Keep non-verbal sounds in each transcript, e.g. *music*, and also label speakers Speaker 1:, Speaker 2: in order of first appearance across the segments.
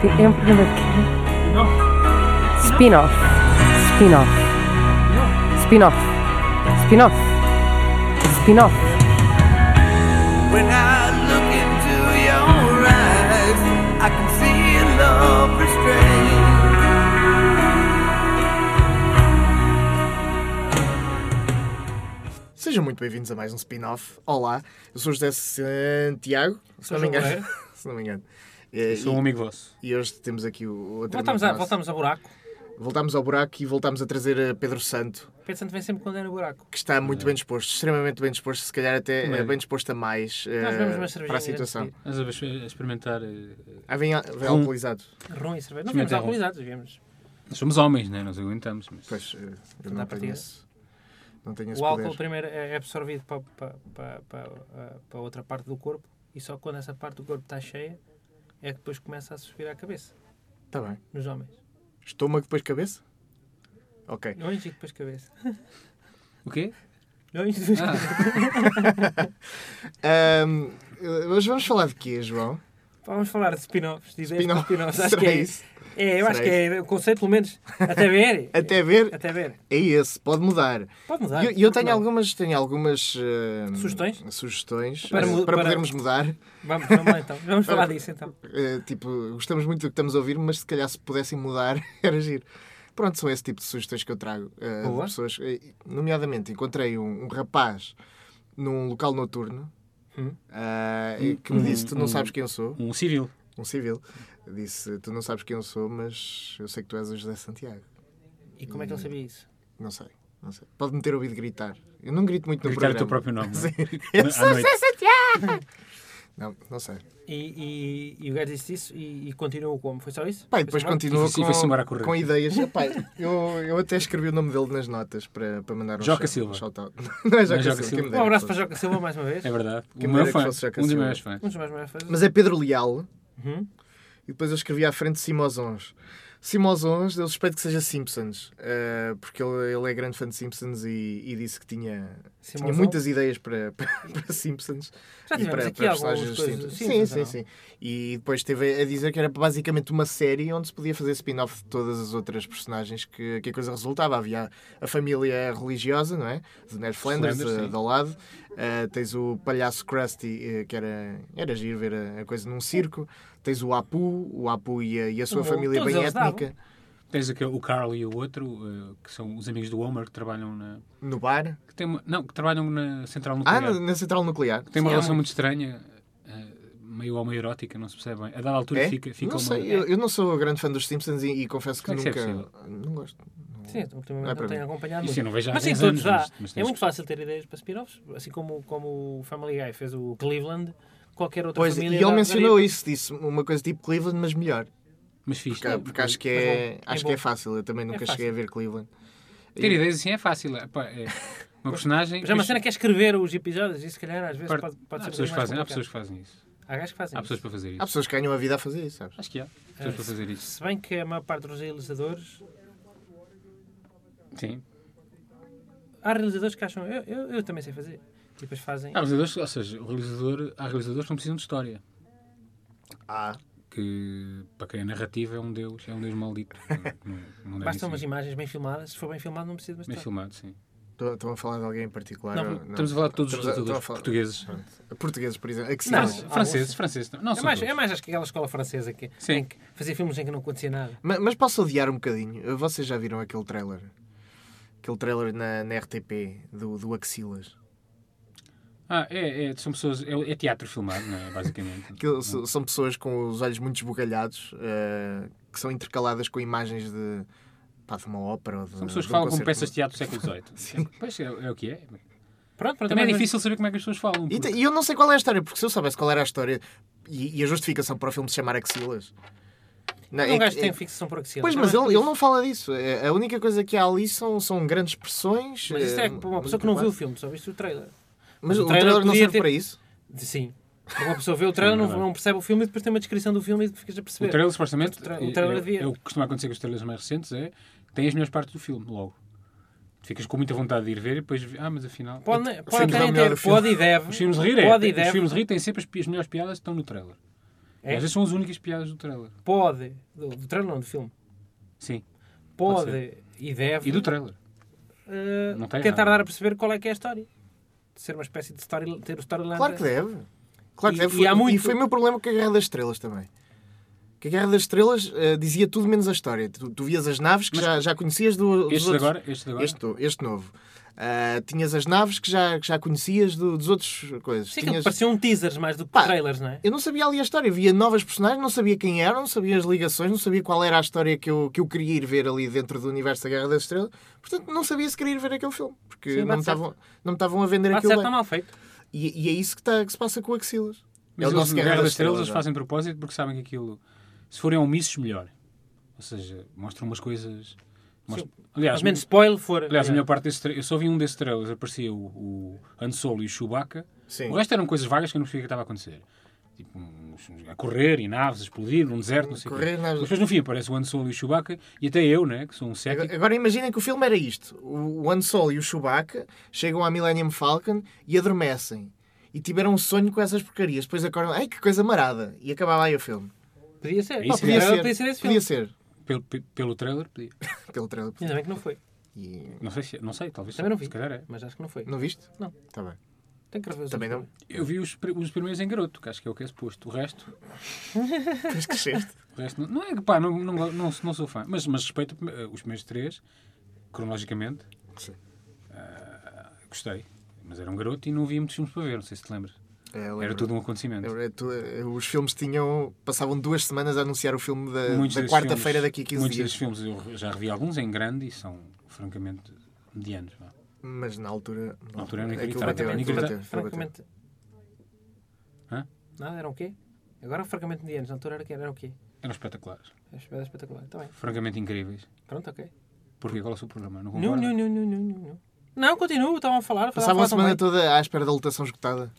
Speaker 1: Fiquei um programa aqui. Spin-off. Spin-off. Spin-off. Spin-off. Spin-off.
Speaker 2: When I look into your eyes, I can see a love restrained.
Speaker 3: Sejam muito bem-vindos a mais um spin-off. Olá, eu sou José Santiago, se não me
Speaker 4: Sou
Speaker 3: engano.
Speaker 4: José.
Speaker 3: *laughs* se não me engano. Eh,
Speaker 4: Sou um amigo vosso.
Speaker 3: E, e hoje temos aqui o outro
Speaker 4: Voltamos, a,
Speaker 3: amigo nosso.
Speaker 4: voltamos ao buraco.
Speaker 3: Voltámos ao buraco e voltámos a trazer eh, Pedro Santo,
Speaker 4: Pedro Santo vem sempre quando é no buraco.
Speaker 3: que está muito bem disposto, extremamente bem disposto, se calhar até eh,
Speaker 4: Também.
Speaker 3: bem disposto a mais eh,
Speaker 4: Nós bebemos uma cervejinha
Speaker 3: para a
Speaker 4: antes de
Speaker 3: situação.
Speaker 4: ir.
Speaker 5: Mas a vez a experimentar. eh,
Speaker 3: Ah, vem, vem
Speaker 5: Rum.
Speaker 3: alcoolizado.
Speaker 4: Rum e cerveja. Não
Speaker 5: Experimenta
Speaker 4: viemos
Speaker 5: rum.
Speaker 4: alcoolizados, viemos.
Speaker 5: Nós somos homens, né? Nós aguentamos. Mas...
Speaker 3: Pois, eh, eu
Speaker 4: Então Dá
Speaker 3: não
Speaker 4: para
Speaker 3: tenho
Speaker 4: tirar.
Speaker 3: esse, não tenho esse
Speaker 4: O álcool
Speaker 3: poder.
Speaker 4: primeiro é é absorvido para, para, para, para, para outra parte do corpo e só quando essa parte do corpo está cheia é que depois começa a subir à cabeça,
Speaker 3: Está Tá bem.
Speaker 4: nos homens.
Speaker 3: Estômago depois cabeça? Ok.
Speaker 4: Longe e depois cabeça.
Speaker 5: O quê?
Speaker 4: Longe e depois
Speaker 3: Ah.
Speaker 4: cabeça.
Speaker 3: Ahm, eh, hoje vamos falar de quê, João?
Speaker 4: Vamos falar de spin-offs, de ideias para
Speaker 3: Spin-off.
Speaker 4: spin-offs. Acho
Speaker 3: *laughs* Será
Speaker 4: que é
Speaker 3: isso?
Speaker 4: É, eu
Speaker 3: Será
Speaker 4: acho que é o conceito, pelo menos. Até ver.
Speaker 3: *laughs* Até ver,
Speaker 4: Até ver.
Speaker 3: é esse, pode mudar.
Speaker 4: Pode mudar.
Speaker 3: E eu, eu
Speaker 4: por que
Speaker 3: tenho
Speaker 4: não?
Speaker 3: algumas, tenho algumas eh,
Speaker 4: Sugestões?
Speaker 3: sugestões
Speaker 4: Para
Speaker 3: eh,
Speaker 4: mu-
Speaker 3: para
Speaker 4: para-
Speaker 3: podermos mudar.
Speaker 4: Vamos, vamos lá então. Vamos falar disso então.
Speaker 3: Eh, tipo, gostamos muito do que estamos a ouvir, mas se calhar se pudessem mudar *laughs* era giro. Pronto, são esse tipo de sugestões que eu trago. eh, de
Speaker 4: Boa.
Speaker 3: pessoas, Eh, nomeadamente, encontrei um, um rapaz num local noturno
Speaker 4: Hum.
Speaker 3: ah, eh, que me disse: Tu não sabes quem eu sou,
Speaker 5: Um civil.
Speaker 3: um civil. Disse: Tu não sabes quem eu sou, mas eu sei que tu és o José Santiago.
Speaker 4: E como é que ele sabia isso?
Speaker 3: Não sei, não sei. Pode-me ter ouvido gritar. Eu não grito muito no
Speaker 5: Gritar o teu
Speaker 3: programa. *laughs*
Speaker 5: próprio nome.
Speaker 3: Sim.
Speaker 5: não é? À noite.
Speaker 3: Não, não sei.
Speaker 4: E, e, e o gajo disse isso e, e continuou como? Foi só isso?
Speaker 3: Pá,
Speaker 4: Foi
Speaker 3: e depois
Speaker 4: só mal?
Speaker 3: continua
Speaker 5: E foi- e foi-se embora a
Speaker 3: com,
Speaker 5: correr.
Speaker 3: com ideias. Epá, eu, eu até escrevi o nome dele nas notas para, para mandar um
Speaker 5: Joca
Speaker 3: shout-
Speaker 5: Silva.
Speaker 3: um shout-out. *laughs* Não é Joca, Silva.
Speaker 5: Joca Silva.
Speaker 3: quem me
Speaker 4: Um
Speaker 3: dera que
Speaker 4: abraço para
Speaker 3: fosse.
Speaker 4: Joca Silva mais uma vez.
Speaker 5: É verdade.
Speaker 3: Quem
Speaker 5: o
Speaker 3: me dera
Speaker 5: meu
Speaker 3: que
Speaker 5: fã.
Speaker 3: fosse Joca
Speaker 5: Um dos
Speaker 3: Silva.
Speaker 5: maiores fãs.
Speaker 4: Um dos mais maiores fãs.
Speaker 3: Mas é Pedro Leal
Speaker 4: Uhum.
Speaker 3: e depois eu escrevi à frente Simozons. Simozons, eu suspeito que seja Simpsons, eh, porque ele, ele é grande fã de Simpsons e, e disse que tinha, tinha
Speaker 4: Simãozão.
Speaker 3: muitas ideias para, *laughs* para, para Simpsons.
Speaker 4: Já
Speaker 3: e
Speaker 4: tivemos
Speaker 3: para,
Speaker 4: aqui
Speaker 3: para
Speaker 4: algumas
Speaker 3: personagens dos
Speaker 4: coisas
Speaker 3: Simpsons. Sim,
Speaker 4: simples,
Speaker 3: sim,
Speaker 4: ou
Speaker 3: sim. E depois teve a dizer que era basicamente uma série onde se podia fazer spin-off de todas as outras personagens que, que a coisa resultava. Havia a família religiosa, não é? De Ned Flanders,
Speaker 5: Flanders,
Speaker 3: eh,
Speaker 5: sim.
Speaker 3: do lado. Eh, tens o palhaço Krusty, eh, que era, era giro ver a, a coisa num circo. Tens o Apu, o Apu e a, e a sua
Speaker 4: Bom,
Speaker 3: família
Speaker 4: todos
Speaker 3: bem
Speaker 4: eles davam.
Speaker 3: étnica,
Speaker 5: Tens aquele, o Carl e o outro, eh, que são os amigos do Homer, que trabalham na.
Speaker 3: no bar.
Speaker 5: Que tem uma- Não, que trabalham na central
Speaker 3: Ah,
Speaker 5: nuclear.
Speaker 3: na, na central nuclear.
Speaker 5: Tem
Speaker 3: Sim,
Speaker 5: uma
Speaker 3: há
Speaker 5: relação
Speaker 3: um-
Speaker 5: muito estranha, eh, meio homoerótica, não se percebe bem. A dada altura
Speaker 3: É?
Speaker 5: fica, fica
Speaker 3: não
Speaker 5: uma.
Speaker 3: sei, eu, eu não sou grande fã dos Simpsons e, e confesso que
Speaker 5: Como é que
Speaker 3: nunca.
Speaker 5: isso é
Speaker 3: não gosto.
Speaker 4: não? Sim, ultimamente
Speaker 3: Não é
Speaker 4: não
Speaker 3: para
Speaker 4: tenho
Speaker 3: mim.
Speaker 4: acompanhado
Speaker 5: Isso eu não vejo há
Speaker 4: Mas sim,
Speaker 5: 10
Speaker 4: todos
Speaker 5: anos.
Speaker 4: dá.
Speaker 5: mas- mas
Speaker 4: É
Speaker 5: tens-
Speaker 4: muito fácil ter ideias para spin-offs, assim como, como o Family Guy fez o Cleveland, qualquer outra
Speaker 3: Pois, e
Speaker 4: família.
Speaker 3: ele é um
Speaker 4: dá-
Speaker 3: mencionou
Speaker 4: daria-
Speaker 3: isso, disse uma coisa tipo Cleveland, mas melhor.
Speaker 5: Mas fixe.
Speaker 3: Porque, porque acho que é,
Speaker 4: Mas bom, é
Speaker 3: acho que é
Speaker 4: bom.
Speaker 3: fácil, eu também nunca
Speaker 4: fácil.
Speaker 3: cheguei a ver Cleveland.
Speaker 5: Ter ideias assim é fácil. é, pá, é
Speaker 3: *laughs*
Speaker 5: Uma personagem.
Speaker 4: Já uma
Speaker 5: depois-
Speaker 4: cena que é escrever os episódios, e se calhar às vezes
Speaker 5: Parte-
Speaker 4: pode, pode
Speaker 5: há
Speaker 4: ser
Speaker 5: pessoas
Speaker 4: um bocadinho
Speaker 5: que fazem, há
Speaker 4: mais
Speaker 5: pessoas que fazem isso.
Speaker 4: complicado. Há gajos que fazem.
Speaker 5: Há pessoas
Speaker 4: isso.
Speaker 5: para fazer
Speaker 3: Há
Speaker 5: isso.
Speaker 3: pessoas que ganham a vida a fazer isso, sabes?
Speaker 5: Acho que há pessoas
Speaker 4: É.
Speaker 5: para fazer isso.
Speaker 4: Se bem que a maior parte dos realizadores
Speaker 5: Sim.
Speaker 4: Há realizadores que acham, eu, eu, eu também sei fazer. E depois fazem.
Speaker 5: Há Ah, realizadores, ou seja, o realizador, há realizadores que não precisam de história.
Speaker 3: Ah,
Speaker 5: Que para quem é narrativa é um deus, é um
Speaker 3: *laughs*
Speaker 5: deus maldito. Não- não- não deve
Speaker 4: Bastam umas
Speaker 5: existir.
Speaker 4: imagens bem filmadas. Se for bem filmado, não precisa tá. de uma
Speaker 5: Bem
Speaker 4: história.
Speaker 5: filmado, sim.
Speaker 3: estão estão a falar de alguém em particular?
Speaker 4: Não,
Speaker 3: ou-
Speaker 5: Estamos a falar de todos os
Speaker 3: Estamos a- estão a
Speaker 5: realizadores
Speaker 3: falar-
Speaker 5: portugueses.
Speaker 3: Pronto. Portugueses, por exemplo. É que sim,
Speaker 4: Não,
Speaker 3: mas-
Speaker 4: há
Speaker 5: franceses,
Speaker 4: alguns.
Speaker 5: franceses. Não,
Speaker 4: É
Speaker 5: são
Speaker 4: mais,
Speaker 5: todos.
Speaker 4: é mais acho que aquela escola francesa que,
Speaker 5: Sim.
Speaker 4: em que fazia filmes em que não acontecia nada.
Speaker 3: mas, mas posso odiar um bocadinho. Vocês já viram aquele trailer? Aquele trailer na, na RTP do, do Axilas.
Speaker 5: Ah, é, é, são pessoas, é, é teatro filmado, não é?
Speaker 3: *laughs*
Speaker 5: Basicamente.
Speaker 3: Aquilo- so- são pessoas com os olhos muito esbugalhados eh, que são intercaladas com imagens de, pá, de uma ópera. ou de-
Speaker 5: São pessoas
Speaker 3: de
Speaker 5: que
Speaker 3: um
Speaker 5: falam como
Speaker 3: concerto.
Speaker 4: tipo
Speaker 5: peças de teatro do
Speaker 3: *laughs*
Speaker 5: século XVIII. Pois é, é o que é.
Speaker 4: Pronto, pronto.
Speaker 5: Também é
Speaker 4: mas-
Speaker 5: difícil saber como é que as pessoas falam.
Speaker 3: E, te-
Speaker 5: porque-
Speaker 3: e eu não sei qual é a história, porque se eu soubesse qual era a história e, e a justificação para o filme se chamar Axilas. Não,
Speaker 4: Um
Speaker 3: é
Speaker 4: gajo
Speaker 3: que-
Speaker 4: tem
Speaker 3: é-
Speaker 4: fixação por axila.
Speaker 3: Pois, mas ele, ele não fala disso. É, A única coisa que há ali são, são grandes pressões. eh,
Speaker 4: Mas isto é para uma pessoa que não viu o filme, só viste o trailer.
Speaker 3: Mas
Speaker 4: o
Speaker 3: o
Speaker 4: trailer
Speaker 3: trailer não
Speaker 4: podia
Speaker 3: serve
Speaker 4: ter-
Speaker 3: para isso.
Speaker 4: Sim. Uma pessoa vê o trailer, não, não percebe o filme e depois tem uma descrição do filme e ficas a
Speaker 5: é O
Speaker 4: perceber.
Speaker 5: trailer, supostamente,
Speaker 4: O tra- o
Speaker 5: é-
Speaker 4: trailer
Speaker 5: é-
Speaker 4: devia-
Speaker 5: é o que costuma acontecer com os trailers mais recentes, é tem as melhores partes do filme, logo. Ficas com muita vontade de ir ver e depois, ah, mas afinal...
Speaker 4: Pode,
Speaker 3: filme
Speaker 4: pode
Speaker 3: é
Speaker 4: até
Speaker 3: o
Speaker 4: nem
Speaker 3: melhor
Speaker 4: ter,
Speaker 3: filme.
Speaker 4: pode e deve.
Speaker 5: Os filmes de rir, é,
Speaker 4: Pode e
Speaker 5: os
Speaker 4: deve. É.
Speaker 5: filmes de rir têm sempre as, pi- as melhores piadas que estão no trailer. Às vezes são as únicas piadas do trailer.
Speaker 4: Pode, do, do trailer não, do filme,
Speaker 5: Sim. Pode
Speaker 4: pode,
Speaker 5: ser.
Speaker 4: e deve
Speaker 5: E do trailer.
Speaker 4: eh,
Speaker 5: Não tem
Speaker 4: tentar
Speaker 5: nada.
Speaker 4: dar a perceber qual é que é a história. De ser uma espécie de story, ter o storyline.
Speaker 3: Claro que deve. Claro que
Speaker 4: E-
Speaker 3: deve.
Speaker 4: e
Speaker 3: Foi-
Speaker 4: há muito-
Speaker 3: E foi o meu problema com a Guerra das Estrelas também. Que a Guerra das Estrelas eh, dizia tudo menos a história. Tu, tu vias as naves que já, já conhecias do, dos
Speaker 5: Este de
Speaker 3: outros.
Speaker 5: agora, este de agora.
Speaker 3: Este, este novo. Ah, tinhas as naves que já, que já conhecias do- dos outros coisas.
Speaker 4: Sim,
Speaker 3: Tinhas-
Speaker 4: aquilo parecia um teasers mais do que
Speaker 3: Pá.
Speaker 4: trailers, não é?
Speaker 3: Eu não sabia ali a história, via novas personagens, não sabia quem eram, não sabia as ligações, não sabia qual era a história que eu, que eu queria ir ver ali dentro do universo da Guerra das Estrelas. Portanto, não sabia se queria ir ver aquele filme, porque
Speaker 4: Sim, bate
Speaker 3: não me
Speaker 4: certo.
Speaker 3: estavam- não me estavam a vender
Speaker 4: Ah,
Speaker 3: aquilo
Speaker 4: certo,
Speaker 3: bem.
Speaker 4: está mal feito.
Speaker 3: E, e é isso que, tá, que se passa com é o Axilas.
Speaker 5: Mas eles na Guerra das Estrelas eles fazem de propósito porque sabem que aquilo, se forem omissos, melhor. Ou seja, mostram umas coisas. mostram- Aliás,
Speaker 4: Mas menos spoiler for. eh,
Speaker 5: aliás, a
Speaker 4: Yeah.
Speaker 5: minha parte desse trailer, eu só vi um desses trailers, aparecia o, o Han Solo e o Chewbacca.
Speaker 3: Sim.
Speaker 5: O resto eram coisas vagas que eu não percebia o que estava a acontecer. Tipo, uns- uns- a correr e naves a explodir num deserto, não sei o quê.
Speaker 3: Correr, naves-
Speaker 5: Mas depois no fim aparece o Han Solo e o Chewbacca e até eu, né, que sou um
Speaker 3: Agora,
Speaker 5: cético.
Speaker 3: agora imaginem que o filme era isto: o o Han Solo e o Chewbacca chegam à Millennium Falcon e adormecem. E tiveram um sonho com essas porcarias. Depois acordam, ai que coisa marada! E acabava aí o filme.
Speaker 4: Podia ser.
Speaker 5: Isso
Speaker 4: Pá,
Speaker 5: é.
Speaker 4: podia, ser. podia ser esse filme.
Speaker 3: Podia ser.
Speaker 5: Pelo, pe- pelo trailer, podia.
Speaker 3: Pelo trailer.
Speaker 4: Ainda bem que não foi.
Speaker 3: E-
Speaker 5: Não sei, se- não sei talvez.
Speaker 4: Também não vi.
Speaker 5: Se calhar é.
Speaker 4: Mas acho que não foi.
Speaker 3: Não viste?
Speaker 4: Não.
Speaker 3: Tá bem.
Speaker 4: Tenho que rever os
Speaker 3: Também
Speaker 4: outros.
Speaker 3: não. *laughs*
Speaker 5: Eu vi os, pri- os primeiros em garoto, que acho que é o que é suposto. O resto,
Speaker 3: Mas cresceste.
Speaker 5: o resto não, não é que pá, não, não, não, não sou fã. Mas, mas respeito eh, os primeiros três, cronologicamente.
Speaker 3: Sim.
Speaker 5: Ah, gostei. Mas era um garoto e não havia muitos filmes para ver, não sei se te lembras.
Speaker 3: É,
Speaker 5: Era
Speaker 3: lembro.
Speaker 5: tudo um acontecimento.
Speaker 3: Era tu- Os filmes tinham. Passavam duas semanas a anunciar o filme da,
Speaker 5: Muitos
Speaker 3: eh, da
Speaker 5: desses
Speaker 3: quarta-feira
Speaker 5: filmes-
Speaker 3: daqui a 15
Speaker 5: Muitos
Speaker 3: dias.
Speaker 5: desses filmes eu já revi alguns em grande e são, francamente, medianos. vá.
Speaker 3: Mas na altura.
Speaker 5: Na altura era
Speaker 3: aquilo
Speaker 5: inacreditável.
Speaker 3: bateu,
Speaker 5: Era
Speaker 3: aquilo bateu, aquilo bateu.
Speaker 4: Francamente.
Speaker 5: Hã?
Speaker 4: Nada, eram o quê? Agora, francamente, medianos. Na altura era, o quê? era o quê?
Speaker 5: Eram espetaculares.
Speaker 4: Era espetacular. Está bem.
Speaker 5: Francamente incríveis.
Speaker 4: Pronto, ok.
Speaker 5: Porquê? Qual é o seu programa? Não
Speaker 4: Não,
Speaker 5: concordo.
Speaker 4: não, não, não, não, não, não. Não, continuo. Estavam a falar.
Speaker 3: Passavam a semana
Speaker 4: toda.
Speaker 3: toda à espera da lotação esgotada.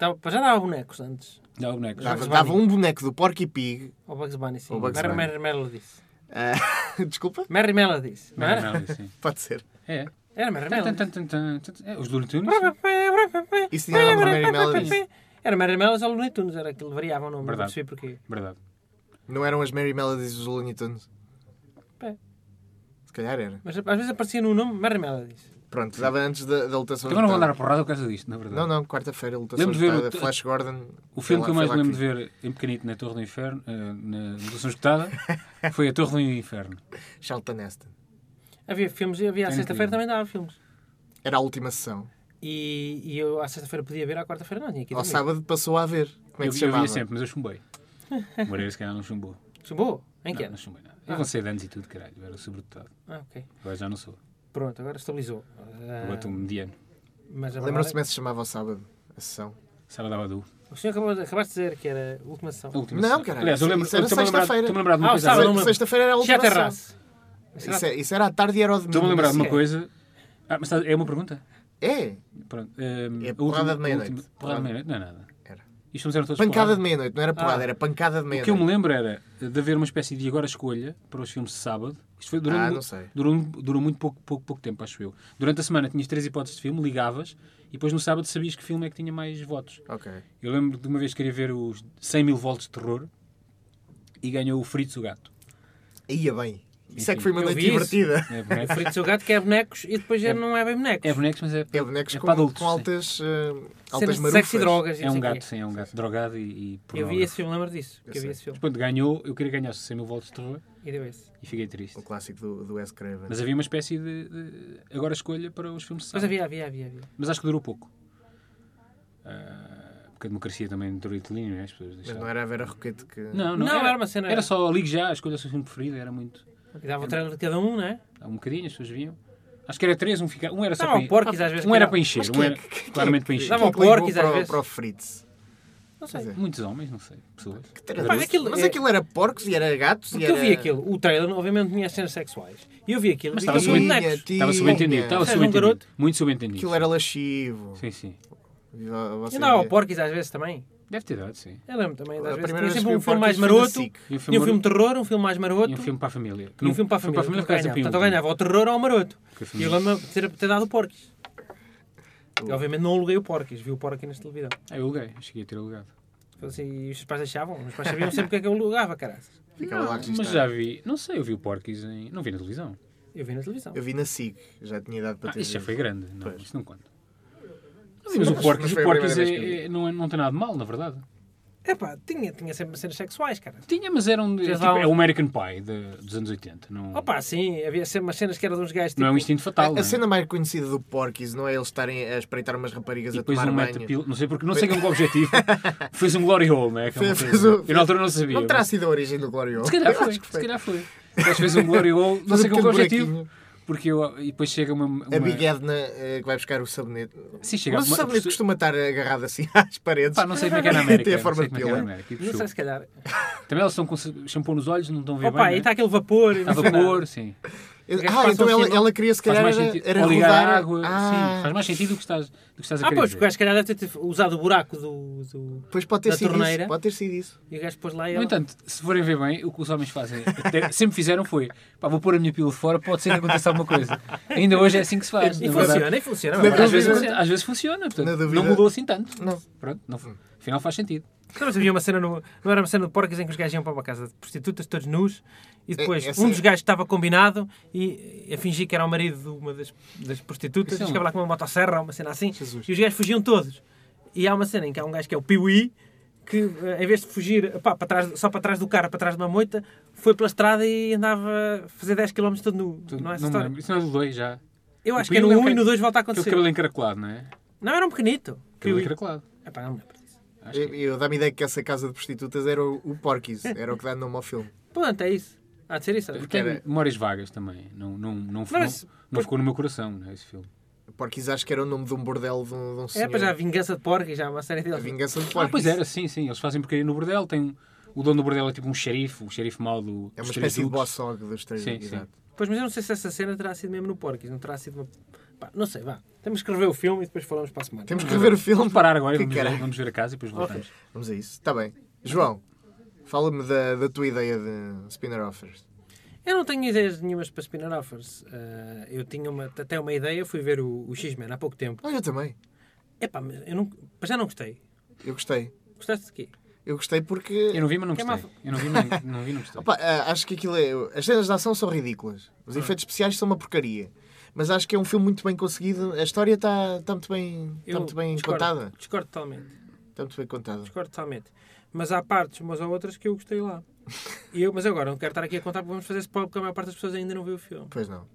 Speaker 4: Já dava bonecos antes.
Speaker 5: Dá o boneco.
Speaker 3: Dava,
Speaker 4: Bugs
Speaker 3: dava
Speaker 4: Bunny.
Speaker 3: um boneco do Porky Pig. *laughs*
Speaker 4: Ou Bugs Bunny, sim.
Speaker 3: Ou Bugs
Speaker 4: Mary,
Speaker 3: Bunny.
Speaker 4: Mary Melodies.
Speaker 3: ah, desculpa?
Speaker 4: Mary Melodies. Não
Speaker 5: Não,
Speaker 4: era?
Speaker 5: não, sim.
Speaker 3: Pode ser.
Speaker 5: É.
Speaker 4: Era Mary
Speaker 5: Tan,
Speaker 4: Melodies.
Speaker 5: tan, tan, tan, tan. É, Os Looney Tunes? sim.
Speaker 3: Isso tinha nome de Mary Melodies.
Speaker 4: Era Mary Melodies ou Looney Tunes. Era aquilo, variava o nome. Não
Speaker 5: Verdade.
Speaker 4: percebi porquê.
Speaker 5: Verdade.
Speaker 3: Não eram as Mary Melodies dos Looney Tunes?
Speaker 4: Pé.
Speaker 3: Se calhar era.
Speaker 4: Mas às vezes aparecia no nome Mary Melodies.
Speaker 3: Pronto, dava antes da, da lotação
Speaker 5: Então eu não vou andar
Speaker 3: esgotada.
Speaker 5: a porrada por causa disto, na verdade.
Speaker 3: Não, não, quarta-feira, lotação
Speaker 5: Lembro de ver o-
Speaker 3: esgotada, Flash Gordon. foi
Speaker 5: O filme
Speaker 3: lá-
Speaker 5: que eu mais
Speaker 3: foi lá
Speaker 5: lembro de
Speaker 3: vi.
Speaker 5: ver em pequenito na Torre do Inferno, eh, na Revolução Escutada,
Speaker 3: *laughs*
Speaker 5: foi a Torre do Inferno.
Speaker 3: Charlton Heston.
Speaker 4: Havia filmes, e havia à
Speaker 5: É
Speaker 4: sexta-feira também
Speaker 5: incrível.
Speaker 4: dava filmes.
Speaker 3: Era a última sessão.
Speaker 4: E, e eu à sexta-feira podia ver, à quarta-feira não, tinha que ir
Speaker 3: Ao
Speaker 4: dormir.
Speaker 3: sábado passou a haver. Como é
Speaker 5: eu,
Speaker 3: que se
Speaker 5: eu
Speaker 3: chamava?
Speaker 5: via sempre, mas eu chumbei. O Moreira se calhar não
Speaker 4: *laughs*
Speaker 5: chumbou.
Speaker 4: Chegou? Em que
Speaker 5: Não,
Speaker 4: ano?
Speaker 5: não chumbei nada. Eu vou ser de anos e tudo, caralho. Eu era sobredotado.
Speaker 4: Ah, ok.
Speaker 5: Agora já não sou.
Speaker 4: Pronto, agora estabilizou. Ah,
Speaker 5: Agora estou um mediano.
Speaker 4: mas a
Speaker 3: Lembram-se
Speaker 4: verdade,
Speaker 3: como é que se chamava ao sábado? A sessão.
Speaker 5: Sábado à Badu.
Speaker 4: o senhor acabou de, acabaste de dizer que era a última sessão.
Speaker 5: A última
Speaker 3: Não,
Speaker 5: sessão.
Speaker 3: caralho,
Speaker 5: Aliás, eu
Speaker 3: isso-
Speaker 5: lembro.
Speaker 3: isso era
Speaker 5: Estou-me a lembrar,
Speaker 3: sexta-feira.
Speaker 5: estou-me a lembrar de uma
Speaker 4: Ah, o
Speaker 5: coisa.
Speaker 4: sábado não me
Speaker 3: Se- Sexta-feira era a última sessão.
Speaker 4: Chaterrace.
Speaker 3: Isso, é- isso era à tarde e era ao domingo.
Speaker 5: Estou-me a lembrar de uma
Speaker 4: Sim.
Speaker 5: coisa. Ah, mas está- é uma pergunta?
Speaker 3: É,
Speaker 5: Pronto. ehm,
Speaker 3: É
Speaker 5: a
Speaker 3: porrada
Speaker 5: última-
Speaker 3: de meia-noite.
Speaker 5: a última- Porrada de meia-noite? Não é nada.
Speaker 3: Era.
Speaker 5: Isto não eram todos
Speaker 3: pancada
Speaker 5: porrada.
Speaker 3: de meia-noite, não era porrada, era pancada de
Speaker 5: Ah. O que eu me
Speaker 3: meia-noite.
Speaker 5: lembro era de haver uma espécie de agora escolha para os filmes de sábado. Isto foi durante,
Speaker 3: Ah,
Speaker 5: mu-
Speaker 3: não sei.
Speaker 5: Durou, durou muito pouco, pouco, pouco tempo, acho eu. Durante a semana tinhas três hipóteses de filme, ligavas e depois no sábado sabias que filme é que tinha mais votos.
Speaker 3: Ok.
Speaker 5: Eu lembro de uma vez que queria ver os 100 mil volts de terror e ganhou o Fritz o Gato.
Speaker 3: Ia bem. Isso é que foi uma
Speaker 4: Eu
Speaker 3: noite
Speaker 4: vi isso.
Speaker 3: divertida.
Speaker 4: *laughs*
Speaker 5: É
Speaker 3: *laughs*
Speaker 4: O
Speaker 5: bonecos,
Speaker 4: Fritz o gato que é bonecos e depois já
Speaker 5: É-
Speaker 4: não é bem bonecos.
Speaker 5: é bonecos mas é,
Speaker 3: É bonecos
Speaker 5: é
Speaker 3: com,
Speaker 5: para adultos.
Speaker 3: com
Speaker 5: sim.
Speaker 3: altas, eh, altas
Speaker 4: Cenas de
Speaker 3: marufas.
Speaker 4: sexo e drogas. e
Speaker 5: É
Speaker 4: não
Speaker 5: um
Speaker 4: sei o
Speaker 5: gato,
Speaker 4: quê.
Speaker 5: sim, é um gato drogado e, e
Speaker 4: Eu vi
Speaker 5: pornógrafo.
Speaker 4: esse filme, lembro disso. Que eu vi
Speaker 3: sei.
Speaker 4: esse
Speaker 5: Mas
Speaker 4: filme.
Speaker 5: pronto, ganhou, eu queria ganhar 100 mil volts de terror
Speaker 4: E deu esse.
Speaker 3: Ah.
Speaker 5: e fiquei triste.
Speaker 3: O Um clássico do, do S. Craven.
Speaker 5: Mas havia uma espécie de, de agora escolha para os filmes de
Speaker 4: Mas
Speaker 5: sábado.
Speaker 4: havia, havia, havia. havia.
Speaker 5: Mas acho que durou pouco. Ah, porque a democracia também durou de linha, não é? As pessoas
Speaker 3: Mas
Speaker 5: deixaram.
Speaker 3: não era a Vera Roquete que.
Speaker 5: Não,
Speaker 4: Não, era uma cena-
Speaker 5: Era só ligue já, escolha o seu filme preferido, era muito.
Speaker 4: E dava o trailer de cada um, não é?
Speaker 5: Há um bocadinho, as pessoas viam. Acho que era três, um, fica... um era só
Speaker 4: Dava
Speaker 5: para
Speaker 4: o Porky's às vezes.
Speaker 5: Um era
Speaker 4: que
Speaker 5: para encher,
Speaker 3: Mas
Speaker 5: um
Speaker 3: quem é
Speaker 5: era
Speaker 3: que- quem é
Speaker 5: claramente para
Speaker 3: que-
Speaker 5: encher.
Speaker 4: Dava
Speaker 3: quem
Speaker 4: o
Speaker 3: que ligou
Speaker 4: porquis às
Speaker 3: para, o-
Speaker 4: vezes.
Speaker 3: para o Fritz.
Speaker 4: Não sei.
Speaker 5: Muitos homens, não sei, pessoas.
Speaker 4: Pá, aquilo-
Speaker 3: mas
Speaker 4: é-
Speaker 3: aquilo era porcos e era gatos
Speaker 4: Porque
Speaker 3: e era...
Speaker 4: eu vi aquilo, o trailer, obviamente, tinha cenas sexuais. E eu vi aquilo,
Speaker 5: Mas
Speaker 4: vi
Speaker 5: estava
Speaker 4: aquilo com
Speaker 5: subentendido.
Speaker 4: bonecos.
Speaker 3: Tinha,
Speaker 5: Estava
Speaker 3: tinha.
Speaker 5: subentendido, estava
Speaker 4: Seja um
Speaker 5: subentendido.
Speaker 4: garoto.
Speaker 5: Muito subentendido.
Speaker 3: Aquilo era lascivo.
Speaker 5: Sim, sim.
Speaker 3: Viva- você
Speaker 4: Eu andava ao
Speaker 3: vê.
Speaker 4: Porky's às vezes também.
Speaker 5: Deve ter dado, sim.
Speaker 4: Eu lembro também,
Speaker 3: A
Speaker 4: às vezes
Speaker 3: primeira
Speaker 4: tinha
Speaker 3: vez que
Speaker 4: sempre
Speaker 3: vi
Speaker 4: um
Speaker 3: o
Speaker 4: filme mais
Speaker 3: Porky's foi na
Speaker 4: maroto,
Speaker 3: SIC.
Speaker 5: E um filme
Speaker 4: tinha um filme de
Speaker 5: maroto.
Speaker 4: terror, um filme mais maroto,
Speaker 5: E um filme para a família. que um
Speaker 4: e
Speaker 5: não-
Speaker 4: um filme para a
Speaker 5: foi
Speaker 4: família.
Speaker 5: família
Speaker 4: Então
Speaker 5: por causa da
Speaker 4: ganhava, Portanto, eu
Speaker 5: Pimba.
Speaker 4: ganhava ao terror ou ao maroto.
Speaker 5: Porque a
Speaker 4: E
Speaker 5: família-
Speaker 4: eu lembro de ter, ter dado o Porky's.
Speaker 5: Hum.
Speaker 4: E obviamente não aluguei o Porky's, vi o Porky's na televisão.
Speaker 5: Ah, eu aluguei, cheguei a ter alugado.
Speaker 4: Tipo assim, e os pais deixavam, os pais sabiam sempre o que é que eu alugava, caraças.
Speaker 3: Ficava lá
Speaker 5: Mas
Speaker 3: registado.
Speaker 5: já vi, não sei, eu vi o Porky's em. Não vi na televisão.
Speaker 4: Eu vi na televisão.
Speaker 3: Eu vi na SIG, já tinha idade para
Speaker 5: Ah,
Speaker 3: ter.
Speaker 5: isso já
Speaker 3: visto.
Speaker 5: foi grande, não,
Speaker 3: Pois.
Speaker 5: isso não conta. Mas o
Speaker 3: mas
Speaker 5: Porky's, o
Speaker 3: foi a primeira vez
Speaker 5: Porky's
Speaker 3: que eu
Speaker 5: é- é- não, é- não tem nada de mal, na verdade.
Speaker 4: É pá, tinha, tinha sempre cenas sexuais, cara.
Speaker 5: Tinha, mas era um. de-
Speaker 4: Já
Speaker 5: tipo,
Speaker 4: dá um-
Speaker 5: É o American Pie de- dos anos 80. Não,
Speaker 4: Opa, sim, havia sempre umas cenas que eram de uns gajos tipo.
Speaker 5: não é um instinto fatal.
Speaker 3: A, a cena mais conhecida do Porky's não é eles estarem a espreitar umas raparigas
Speaker 5: E
Speaker 3: a
Speaker 5: depois
Speaker 3: tomar
Speaker 5: um
Speaker 3: banho.
Speaker 5: metapil, não sei porque, não sei com que
Speaker 3: *laughs*
Speaker 5: objetivo, fez um glory hole, não é? Aquela
Speaker 3: Fez-
Speaker 5: coisa.
Speaker 3: fez o-
Speaker 5: Eu na altura não sabia. Ah,
Speaker 3: Não terá sido a origem do Glory Hole.
Speaker 5: mas- Se calhar
Speaker 3: Eu
Speaker 5: foi,
Speaker 3: acho que
Speaker 5: se calhar foi. Depois fez um glory hole, não
Speaker 3: Fez um
Speaker 5: sei com que
Speaker 3: pequeno
Speaker 5: objetivo,
Speaker 3: buraquinho.
Speaker 5: porque eu, e depois chega uma... uma
Speaker 3: A Big Edna eh, que vai buscar o sabonete.
Speaker 5: Sim, chega
Speaker 3: Mas o
Speaker 5: uma-
Speaker 3: sabonete
Speaker 5: uma-
Speaker 3: costuma estar agarrado assim *laughs* às paredes.
Speaker 5: Pá, não
Speaker 3: *laughs*
Speaker 5: sei como é que é na América.
Speaker 3: Tem a
Speaker 5: não
Speaker 3: forma
Speaker 5: sei
Speaker 3: de
Speaker 5: como é que é
Speaker 3: pila.
Speaker 5: na América. e
Speaker 4: Não sei
Speaker 5: puxou.
Speaker 4: se calhar.
Speaker 5: Também elas estão com se- shampoo nos olhos, não estão a ver
Speaker 4: Opa, aí
Speaker 5: bem.
Speaker 4: está
Speaker 5: não é?
Speaker 4: aquele vapor. e
Speaker 5: Há
Speaker 4: não sei
Speaker 5: vapor,
Speaker 4: nada.
Speaker 5: sim.
Speaker 4: gajo
Speaker 3: Ah,
Speaker 4: passa
Speaker 3: então
Speaker 4: um
Speaker 3: ela,
Speaker 4: sinal.
Speaker 3: ela queria se
Speaker 5: Faz
Speaker 3: calhar
Speaker 5: mais
Speaker 3: era,
Speaker 5: sentido.
Speaker 3: era
Speaker 5: Ou ligar
Speaker 3: rodar.
Speaker 5: a água.
Speaker 3: Ah,
Speaker 5: Sim, faz mais sentido o que estás, do que estás a
Speaker 4: Ah,
Speaker 5: querer
Speaker 4: pois, o
Speaker 5: dizer.
Speaker 4: gajo se calhar deve ter usado o buraco do. do-
Speaker 3: Pois pode ter
Speaker 4: Da
Speaker 3: sido
Speaker 4: torneira.
Speaker 3: isso. Pode ter sido isso.
Speaker 4: E o gajo pôs lá e
Speaker 5: No
Speaker 4: ela-
Speaker 5: entanto, se forem ver bem, o que os homens fazem, até *laughs* sempre fizeram foi, pá, vou pôr a minha pila fora, pode ser que aconteça alguma coisa. Ainda hoje é assim que se faz.
Speaker 4: E
Speaker 5: na verdade.
Speaker 4: funciona, e funciona.
Speaker 3: Na
Speaker 4: mas
Speaker 5: Às
Speaker 4: Às
Speaker 5: vezes,
Speaker 4: vezes
Speaker 3: dúvida-
Speaker 5: aconte-
Speaker 4: funciona.
Speaker 5: às vezes funciona,
Speaker 3: Na
Speaker 5: portanto,
Speaker 3: dúvida-
Speaker 5: não mudou assim tanto.
Speaker 3: Não. Hum.
Speaker 5: Pronto, não, afinal faz sentido.
Speaker 4: Então, mas havia uma cena, no, não era uma cena de porcas em que os gajos iam para uma casa de prostitutas, todos nus, e depois
Speaker 3: essa-
Speaker 4: um dos gajos estava combinado e e a fingir que era o marido de uma das, das prostitutas,
Speaker 5: Isso é um-
Speaker 4: chegava lá com uma motosserra ou uma cena assim, e os gajos fugiam todos. E há uma cena em que há um gajo que é o Piuí, que eh, em vez de fugir pá, para trás, só para trás do cara, para trás de uma moita, foi pela estrada e andava a fazer 10 km todo nu.
Speaker 5: Tu-
Speaker 4: não é essa
Speaker 5: me
Speaker 4: história?
Speaker 5: lembro. Isso não é do 2 já.
Speaker 4: Eu
Speaker 5: O
Speaker 4: acho que é no
Speaker 5: Piuí é o
Speaker 4: 1 e
Speaker 5: que-
Speaker 4: no 2 volta a
Speaker 5: Aquele
Speaker 4: acontecer.
Speaker 5: cabelo encaracolado, não é?
Speaker 4: Não, era um pequenito.
Speaker 5: Cabelo
Speaker 4: Piuí.
Speaker 5: encaracolado.
Speaker 4: Epá, não me lembro disso.
Speaker 5: Acho
Speaker 3: Eu,
Speaker 5: que...
Speaker 3: eu dá-me ideia que essa casa de prostitutas era o, o Porky's. Era o que dá nome ao filme.
Speaker 4: Pronto, é isso. Há de ser isso.
Speaker 5: Eu
Speaker 4: Porque
Speaker 5: tenho
Speaker 3: era-
Speaker 5: memórias vagas também. Não, não, não, não,
Speaker 4: mas-
Speaker 5: não ficou no meu coração, não é, esse filme.
Speaker 3: Porky's acho que era o nome de um bordel de um, de um
Speaker 4: É,
Speaker 3: senhor.
Speaker 4: para já a vingança de porco e já há uma série
Speaker 3: A
Speaker 4: deles.
Speaker 3: vingança de
Speaker 5: Ah,
Speaker 3: Porky's.
Speaker 5: pois era, sim, sim. Eles fazem porcaria no bordel. Tem um- O dono do bordel é tipo um xerife, um xerife mau do.
Speaker 3: É
Speaker 5: dos
Speaker 3: uma
Speaker 5: três
Speaker 3: espécie de
Speaker 5: duques.
Speaker 3: boss hog dos três.
Speaker 5: Sim, sim.
Speaker 3: exato.
Speaker 4: Pois, mas eu não sei se essa cena terá sido mesmo no porco, não terá sido uma... Pá, não sei, vá. Temos que rever o filme e depois falamos para a semana.
Speaker 3: Temos que rever o filme.
Speaker 5: Vamos parar agora e
Speaker 3: Que
Speaker 5: vamos
Speaker 3: caralho.
Speaker 5: ver, vamos ver a casa e depois voltamos.
Speaker 3: Vamos a isso. Está bem. João, fala-me da, da tua ideia de spinner offers.
Speaker 4: Eu não tenho ideias nenhumas para spinner offers. Ah, eu tinha uma- até uma ideia, fui ver o, o X-Men há pouco tempo.
Speaker 3: Ah, eu também.
Speaker 4: Epá, mas eu não, mas já não gostei.
Speaker 3: Eu gostei.
Speaker 4: Gostaste de quê?
Speaker 3: Eu gostei porque.
Speaker 5: Eu não vi, mas não
Speaker 4: Que é
Speaker 5: gostei. Eu não vi, mas não- não vi, não gostei.
Speaker 3: Opa, ah, acho que aquilo é. As cenas de ação são ridículas. Os
Speaker 4: Ah.
Speaker 3: efeitos especiais são uma porcaria. Mas acho que é um filme muito bem conseguido. A história está tá muito bem, tá
Speaker 4: Eu
Speaker 3: muito bem
Speaker 4: discordo,
Speaker 3: contada.
Speaker 4: Discordo totalmente.
Speaker 3: Está muito bem contada.
Speaker 4: Discordo totalmente. Mas há partes, umas ou outras, que eu gostei lá. E eu, mas agora, não quero estar aqui a contar porque vamos fazer spoiler porque a maior parte das pessoas ainda não viu o filme.
Speaker 3: Pois não.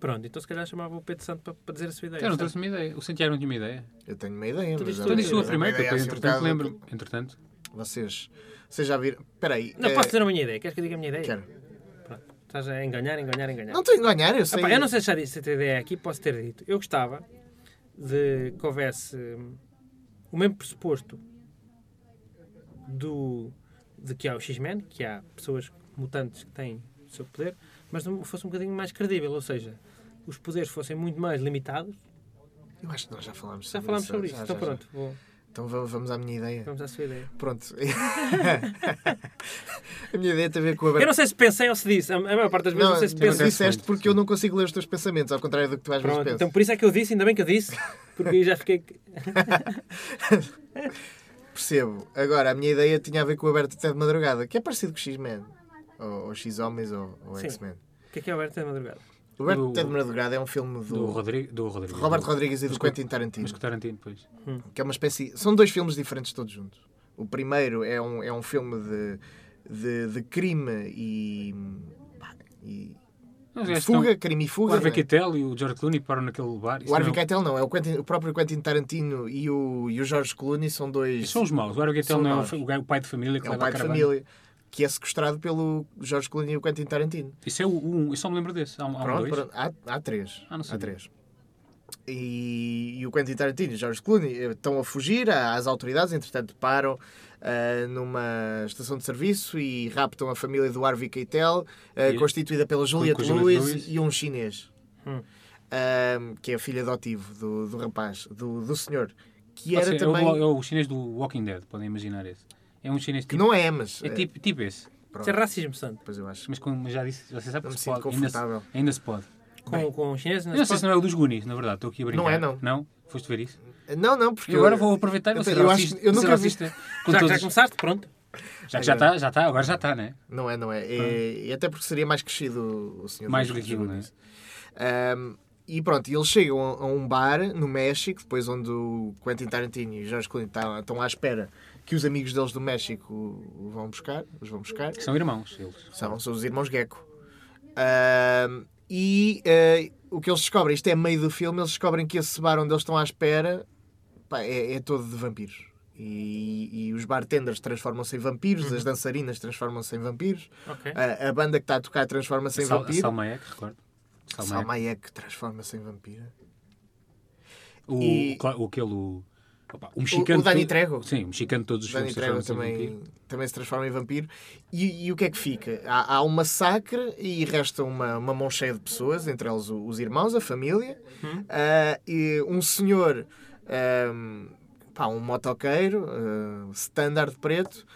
Speaker 4: Pronto, então se calhar chamava o Pedro Santo para, para dizer a sua ideia.
Speaker 5: Eu não
Speaker 4: Portanto,
Speaker 5: trouxe uma ideia. O Santiago não tinha uma ideia.
Speaker 3: Então, Eu tenho uma ideia. mas
Speaker 4: Tu dizes
Speaker 3: já-
Speaker 4: tu
Speaker 5: Então disse tu a
Speaker 3: mas é uma
Speaker 5: primeira, que
Speaker 3: ideia
Speaker 5: depois,
Speaker 3: assim um
Speaker 5: entretanto,
Speaker 3: bocado-
Speaker 5: lembro. Entretanto.
Speaker 3: Vocês, vocês já viram. Espera aí.
Speaker 4: Não
Speaker 3: eh,
Speaker 4: posso dizer a minha ideia. Queres que eu diga a minha ideia?
Speaker 3: quero.
Speaker 4: Pronto. Estás a enganar, enganar, enganar.
Speaker 3: Não tenho de ganhar, eu sei.
Speaker 4: Epá, eu não sei se já disse esta ideia aqui, posso ter dito. Eu gostava de que houvesse hum, o mesmo pressuposto do, de que há o X-Men, que há pessoas mutantes que têm o seu poder, mas não fosse um bocadinho mais credível, ou seja, os poderes fossem muito mais limitados.
Speaker 3: Eu acho que nós já falámos
Speaker 4: Já
Speaker 3: sobre
Speaker 4: falámos
Speaker 3: isso.
Speaker 4: sobre isso,
Speaker 3: Já,
Speaker 4: então
Speaker 3: já, já.
Speaker 4: pronto, vou-
Speaker 3: Então va- vamos à minha ideia.
Speaker 4: vamos à sua ideia.
Speaker 3: Pronto. *laughs* a minha ideia tem a ver com a
Speaker 4: Eu não sei se pensei ou se disse, a a maior parte das vezes não, sei se
Speaker 3: penso
Speaker 4: pensei.
Speaker 3: é que disseste
Speaker 5: Sim.
Speaker 3: porque eu não consigo ler os teus pensamentos, ao contrário do que tu às
Speaker 4: Pronto,
Speaker 3: vezes
Speaker 4: então
Speaker 3: pensas.
Speaker 4: por isso é que eu disse, ainda bem que eu disse, porque eu já fiquei.
Speaker 3: *laughs* Percebo. Agora, a minha ideia tinha a ver com o aberto até de madrugada, que é parecido com o X-Men, ou, ou X-Homens, ou, ou
Speaker 4: Sim.
Speaker 3: X-Men.
Speaker 4: O que é que é o Aberto da Madrugada?
Speaker 3: O aberto
Speaker 5: Do-
Speaker 3: até de madrugada é um filme do,
Speaker 5: Do Rodrigo. Do Rodrigo.
Speaker 3: Robert
Speaker 5: do-
Speaker 3: Rodrigues e do
Speaker 5: mas-
Speaker 3: Quentin Tarantino.
Speaker 5: Mas que o Tarantino, pois.
Speaker 3: que é uma espécie. São dois filmes diferentes todos juntos. O primeiro é um, é um filme de, de, de crime e. pá, e
Speaker 5: Não, os
Speaker 3: e
Speaker 5: gajos
Speaker 4: é
Speaker 3: fuga,
Speaker 4: um
Speaker 5: estão-
Speaker 3: crime e
Speaker 5: O
Speaker 3: fuga.
Speaker 5: Harvey
Speaker 3: né?
Speaker 5: Keitel e o George Clooney param naquele bar.
Speaker 3: O
Speaker 5: Isso
Speaker 3: Harvey
Speaker 5: não- um-
Speaker 3: Keitel não, é o, Quentin- o próprio Quentin Tarantino e o, e o George Clooney são dois.
Speaker 5: Isso são os maus. O Harvey Keitel
Speaker 3: São
Speaker 5: não é o
Speaker 3: maus.
Speaker 5: fa- o gajo- o pai de família que
Speaker 3: é um
Speaker 5: leva
Speaker 3: pai
Speaker 5: a
Speaker 3: de
Speaker 5: caravana.
Speaker 3: família que é sequestrado pelo George Clooney e o Quentin Tarantino.
Speaker 5: Isso é o um. Eu só me lembro desse. Há um, há um
Speaker 3: Pronto,
Speaker 5: dois.
Speaker 3: pronto. Há, há três.
Speaker 5: Ah, não
Speaker 3: há
Speaker 5: sabia.
Speaker 3: três. E, e o Quentin Tarantino e o George Clooney eh, estão a fugir à- às autoridades, entretanto param ah, numa estação de serviço e raptam a família do Harvey Keitel, ah,
Speaker 5: E-
Speaker 3: constituída pela Juliette
Speaker 5: Juliette
Speaker 3: Lewis,
Speaker 5: Lewis.
Speaker 3: e um chinês,
Speaker 4: Hum.
Speaker 3: Ah, que é o filho adotivo do, do rapaz, do, do senhor, que
Speaker 5: Pode
Speaker 3: era
Speaker 5: ser, é o
Speaker 3: também...
Speaker 5: do- É o chinês do Walking Dead. Podem imaginar esse. É um chinês
Speaker 3: Que
Speaker 5: tipo.
Speaker 3: não é, mas...
Speaker 5: É tipo, tipo esse.
Speaker 4: Isso é racismo, santo.
Speaker 3: Pois eu acho.
Speaker 5: Mas como já disse, você sabe
Speaker 3: Não
Speaker 5: que
Speaker 3: me
Speaker 5: se
Speaker 3: sinto
Speaker 5: pode. Ainda se,
Speaker 3: confortável.
Speaker 5: ainda se pode.
Speaker 4: Com, com os chineses
Speaker 5: Eu
Speaker 4: nas
Speaker 5: é não sei se não é o dos Goonies, na verdade. Estou aqui a brincar.
Speaker 3: Não é, não.
Speaker 5: Não? Foste ver isso?
Speaker 3: Não, não, porque.
Speaker 5: E agora vou aproveitar e vou
Speaker 3: eu,
Speaker 5: ser
Speaker 3: eu acho
Speaker 5: autista-
Speaker 3: que eu
Speaker 5: vou ser
Speaker 3: nunca vi.
Speaker 5: autista com
Speaker 4: Já, que
Speaker 5: todos.
Speaker 4: já começaste? Pronto.
Speaker 5: Já que já está, já está, agora já está, né?
Speaker 3: Não é, não é. E, e até porque seria mais crescido o senhor.
Speaker 5: Mais do
Speaker 3: dos
Speaker 5: que aquilo, né?
Speaker 3: Goonies. Ahm, e pronto, e eles chegam a a um bar no México, depois onde o Quentin Tarantino e o Jorge Clooney estão, estão à espera que os amigos deles do México o vão buscar, os vão buscar.
Speaker 5: Que são irmãos, eles.
Speaker 3: São, são os irmãos Gecko. Ahm, e eh, o que eles descobrem, isto é meio do filme, eles descobrem que esse bar onde eles estão à espera pá, é, é todo de vampiros. E, e os bartenders transformam-se em vampiros, as dançarinas transformam-se em vampiros,
Speaker 4: Ok.
Speaker 3: a, a banda que está a tocar transforma-se em
Speaker 5: Sal,
Speaker 3: vampiro.
Speaker 5: Salma Hayek, recordo. Salma
Speaker 3: Salma
Speaker 5: Hayek.
Speaker 3: Hayek transforma-se em vampira.
Speaker 5: O,
Speaker 3: E-
Speaker 5: o, cla- o, aquele, o, opa, o mexicano.
Speaker 3: o Danny
Speaker 5: todo-
Speaker 3: Trejo.
Speaker 5: Sim, o mexicano de todos os
Speaker 3: Danny
Speaker 5: filmes.
Speaker 3: Trejo
Speaker 5: transforma-se em
Speaker 3: também,
Speaker 5: vampiro.
Speaker 3: também se transforma em vampiro. E, e o que é que fica? Há, há um massacre e resta uma, uma mão cheia de pessoas, entre eles o- os irmãos, a família,
Speaker 5: Uhum.
Speaker 3: ah, e um senhor, ahm, pá, um motoqueiro, ah, standard preto,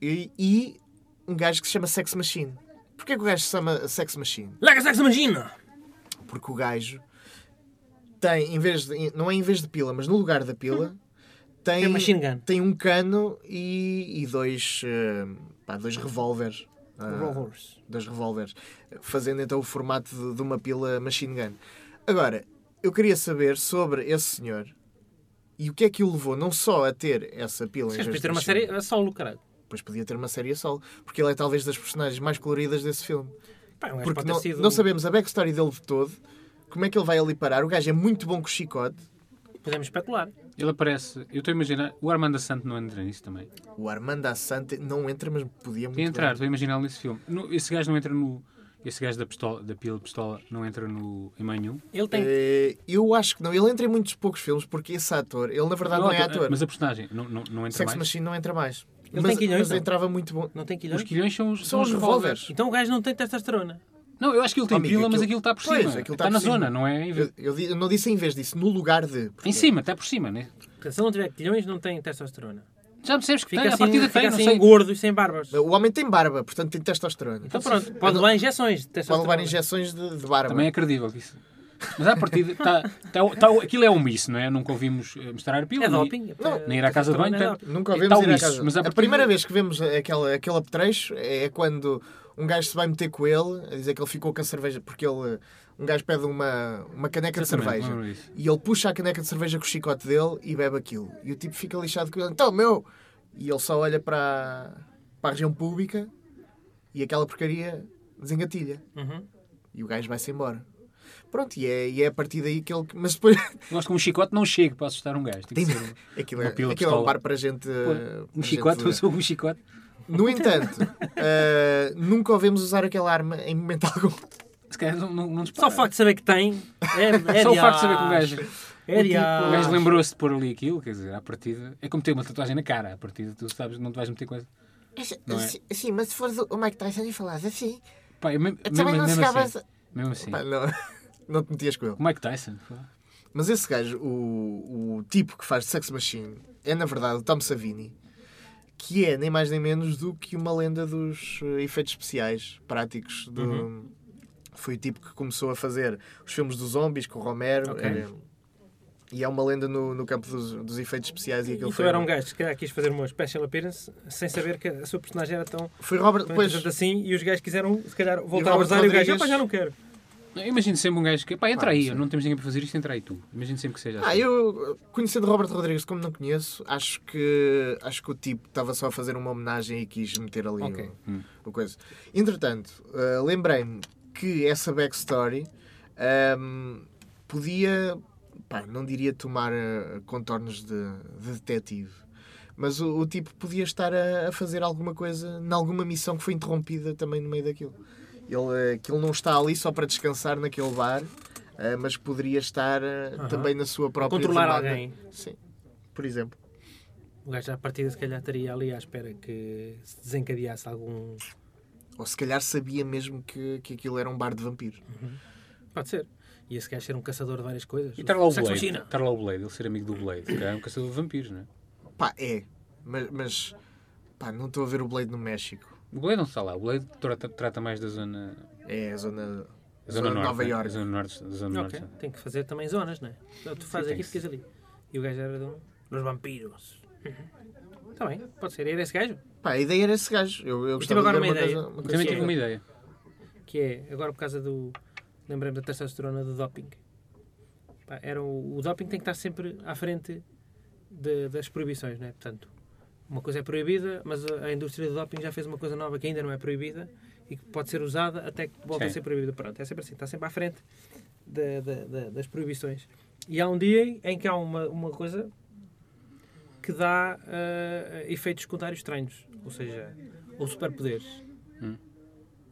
Speaker 3: e, e um gajo que se chama Sex Machine. Porquê que o gajo se chama Sex Machine?
Speaker 4: Lega Sex Machina!
Speaker 3: porque o gajo tem, em vez de, não é em vez de pila, mas no lugar da pila, tem,
Speaker 4: Tem Uhum. É machine gun.
Speaker 3: tem um cano e, e dois, eh, pá, dois revólveres. ah,
Speaker 4: Revolvers.
Speaker 3: dois revólveres, fazendo então o formato de, de uma pila machine gun. Agora, eu queria saber sobre esse senhor e o que é que o levou não só a ter essa pila em
Speaker 4: Vocês
Speaker 3: vez
Speaker 4: depois
Speaker 3: de
Speaker 4: ter uma
Speaker 3: machine
Speaker 4: série
Speaker 3: gun,
Speaker 4: a solo, caralho.
Speaker 3: Pois podia ter uma série a solo, porque ele é talvez das personagens mais coloridas desse filme.
Speaker 4: Pá, um gajo
Speaker 3: Porque
Speaker 4: pode ter
Speaker 3: não,
Speaker 4: sido.
Speaker 3: não sabemos a backstory dele de todo. Como é que ele vai ali parar? O gajo é muito bom com o chicote.
Speaker 4: Podemos especular.
Speaker 5: Ele aparece. Eu estou a imaginar. O Armando Santo não entra nisso também.
Speaker 3: O Armando Assante não entra, mas podia muito
Speaker 5: Podia entrar,
Speaker 3: bem.
Speaker 5: estou a imaginá-lo nesse filme. No- esse gajo não entra no. Esse gajo da, pistola, da pila de pistola não entra no, em mais nenhum.
Speaker 4: Ele tem.
Speaker 3: Eh, eu acho que não. Ele entra em muitos poucos filmes porque esse ator, ele na verdade não, é ator.
Speaker 5: Mas a personagem não, não, não entra
Speaker 3: Sex
Speaker 5: mais.
Speaker 3: Machine não entra mais.
Speaker 4: Ele
Speaker 3: mas
Speaker 4: tem quilhões,
Speaker 3: mas
Speaker 4: não?
Speaker 3: entrava muito bom.
Speaker 4: Não tem quilhões?
Speaker 5: Os quilhões são os,
Speaker 3: São os revólveres.
Speaker 4: Então o gajo não tem testosterona.
Speaker 5: Não, eu acho que ele tem
Speaker 3: Amigo,
Speaker 5: pila, mas
Speaker 3: aquilo-
Speaker 5: aquilo está por
Speaker 3: Pois,
Speaker 5: cima.
Speaker 3: aquilo
Speaker 5: está
Speaker 3: está
Speaker 5: na
Speaker 3: por cima.
Speaker 5: zona, não é? Em,
Speaker 3: Eu, eu di- eu não disse em vez disso, no lugar de. porque-
Speaker 5: em cima, está por cima, né?
Speaker 4: Portanto, se ele não tiver quilhões, não tem testosterona.
Speaker 5: Já percebes que
Speaker 4: Fica
Speaker 5: tem, a
Speaker 4: assim,
Speaker 5: partida
Speaker 4: fica
Speaker 5: tem, não
Speaker 4: assim
Speaker 5: sei.
Speaker 4: gordo e sem barbas.
Speaker 3: O homem tem barba, portanto tem testosterona.
Speaker 4: Então pronto, pode levar injeções de
Speaker 3: Pode
Speaker 4: testosterona.
Speaker 3: levar injeções de, de barba.
Speaker 5: Também é credível isso. Mas à partida, está, está, está, aquilo é um misso, não é? Nunca ouvimos eh, mostrar a pila.
Speaker 4: É
Speaker 5: nem-
Speaker 4: doping.
Speaker 3: Não,
Speaker 4: é-
Speaker 5: Nem ir à casa de banho.
Speaker 4: testosterona é
Speaker 5: portanto,
Speaker 4: doping.
Speaker 3: Nunca
Speaker 5: está
Speaker 3: ouvimos
Speaker 5: um
Speaker 3: ir à
Speaker 5: misso,
Speaker 3: casa.
Speaker 5: mas à
Speaker 3: a
Speaker 5: partida-
Speaker 3: primeira vez que vemos aquela, aquele apetrecho é quando um gajo se vai meter com ele a dizer que ele ficou com a cerveja, porque ele um gajo pede uma, uma caneca de
Speaker 5: Exatamente,
Speaker 3: cerveja
Speaker 5: lembro disso.
Speaker 3: e ele puxa a caneca de cerveja com o chicote dele e bebe aquilo. E o tipo fica lixado com ele, então meu! E ele só olha para, para a região pública e aquela porcaria desengatilha.
Speaker 4: Uhum.
Speaker 3: E o gajo vai-se embora. Pronto, e é, e é a partir daí que ele. Mas
Speaker 5: *laughs*
Speaker 3: depois. *laughs*
Speaker 5: Eu acho que um chicote não chega para assustar um gajo.
Speaker 3: Tem-
Speaker 5: Tem que ser um-
Speaker 3: Aquilo, é-
Speaker 5: Uma pila de
Speaker 3: aquilo é um
Speaker 5: pistola.
Speaker 3: bar para gente. para
Speaker 5: um
Speaker 3: gente
Speaker 5: chicote, eu
Speaker 3: dura.
Speaker 5: sou um chicote.
Speaker 3: No entanto, uh, nunca ouvemos usar aquela arma em momento *laughs* algum.
Speaker 5: Se calhar não, não, não nos
Speaker 4: Só o
Speaker 5: para.
Speaker 4: facto de saber que tem. É, é
Speaker 5: *laughs* Só o
Speaker 4: de
Speaker 5: facto de saber que o
Speaker 4: ar.
Speaker 5: gajo.
Speaker 4: É de
Speaker 5: O gajo
Speaker 4: ar.
Speaker 5: lembrou-se de pôr ali aquilo, quer dizer, à partida. É como ter uma tatuagem na cara, à partida tu sabes, não te vais meter coisa. Não é?
Speaker 6: Sim, Sim, mas se fores o Mike Tyson e falares assim,
Speaker 5: Pá, eu mesmo, mesmo,
Speaker 6: também não
Speaker 5: mesmo
Speaker 6: chegavas.
Speaker 5: assim. Mesmo assim. é
Speaker 3: Pá, não, *laughs* não te metias com ele.
Speaker 5: O Mike Tyson. pá.
Speaker 3: Mas esse gajo, o, o tipo que faz Sex Machine, é na verdade o Tom Savini, que é nem mais nem menos do que uma lenda dos eh, efeitos especiais práticos. Do...
Speaker 5: Uhum.
Speaker 3: Foi o tipo que começou a fazer os filmes dos zombies com o Romero.
Speaker 4: Ok.
Speaker 3: eh, e é uma lenda no, no campo dos, dos efeitos especiais. E aquilo
Speaker 4: Isso
Speaker 3: foi,
Speaker 4: era um gajo que se calhar quis fazer uma special appearance sem saber que a sua personagem era tão,
Speaker 3: foi Robert.
Speaker 4: tão
Speaker 3: Depois,
Speaker 4: interessante assim e os gajos quiseram, se calhar, voltar a
Speaker 3: Robert
Speaker 4: usar e o gajo,
Speaker 3: Rodrigues-
Speaker 4: opa, já não quero.
Speaker 5: Eu imagino sempre um gajo que. Pá, entra
Speaker 3: Pá,
Speaker 5: aí,
Speaker 3: sim.
Speaker 5: não temos ninguém para fazer isto, entra aí tu. Imagino sempre que seja
Speaker 3: Ah,
Speaker 5: assim.
Speaker 3: eu, conhecendo Robert Rodrigues como não conheço, acho que, acho que o tipo estava só a fazer uma homenagem e quis meter ali
Speaker 4: Ok.
Speaker 3: o, o coisa. Entretanto, ah, lembrei-me que essa backstory ah, ahm, podia, pá, não diria tomar ah, contornos de, de detetive, mas o, o tipo podia estar a, a fazer alguma coisa, em alguma missão que foi interrompida também no meio daquilo. Ele, ah, aquilo não está ali só para descansar naquele bar, ah, mas poderia estar ah,
Speaker 4: Aham.
Speaker 3: também na sua própria
Speaker 4: Controlar
Speaker 3: demanda.
Speaker 4: alguém.
Speaker 3: Sim, por exemplo.
Speaker 4: O gajo à partida se calhar estaria ali à espera que se desencadeasse algum.
Speaker 3: Ou se calhar sabia mesmo que, que aquilo era um bar de vampiros.
Speaker 4: Pode ser. E esse gajo ser um caçador de várias coisas.
Speaker 5: E estar lá o
Speaker 4: Sex
Speaker 5: Blade.
Speaker 4: machina.
Speaker 5: Estar lá o Blade, ele ser amigo do Blade. Se calhar é um caçador de vampiros, não é?
Speaker 3: Pá, é. Mas, mas pá, não estou a ver o Blade no México.
Speaker 5: O Blade não está lá, o Blade trata, trata mais da zona.
Speaker 3: É a zona,
Speaker 5: da Zona,
Speaker 3: zona de
Speaker 5: norte,
Speaker 3: Nova
Speaker 5: né?
Speaker 3: York.
Speaker 5: Zona norte, da zona
Speaker 4: Ok,
Speaker 5: norte.
Speaker 4: tem que fazer também zonas, não é? Então, Tu fazes
Speaker 5: tem
Speaker 4: aqui,
Speaker 5: que
Speaker 4: ficas ali. E o gajo era de um, dos vampiros. Está bem, pode ser. Era esse gajo?
Speaker 3: Pá, a ideia era esse gajo. Eu, eu
Speaker 4: tive
Speaker 3: gostava de
Speaker 4: agora
Speaker 3: ver
Speaker 4: uma
Speaker 3: uma
Speaker 4: ideia.
Speaker 3: coisa, uma coisa assim.
Speaker 5: Também tive
Speaker 3: sobre-
Speaker 5: uma ideia.
Speaker 4: Que é, agora por causa do. Lembrei-me da testosterona do doping. Pá, era o, o doping tem que estar sempre à frente de- das proibições, né? Portanto, uma coisa é proibida, mas a, a indústria do doping já fez uma coisa nova que ainda não é proibida e que pode ser usada até que volte a
Speaker 5: Sim.
Speaker 4: ser proibida. Pronto, é sempre assim, está sempre à frente da- da- da- das proibições. E há um dia em que há uma, uma coisa que dá eh, efeitos secundários estranhos, ou seja, ou superpoderes.
Speaker 5: Hum.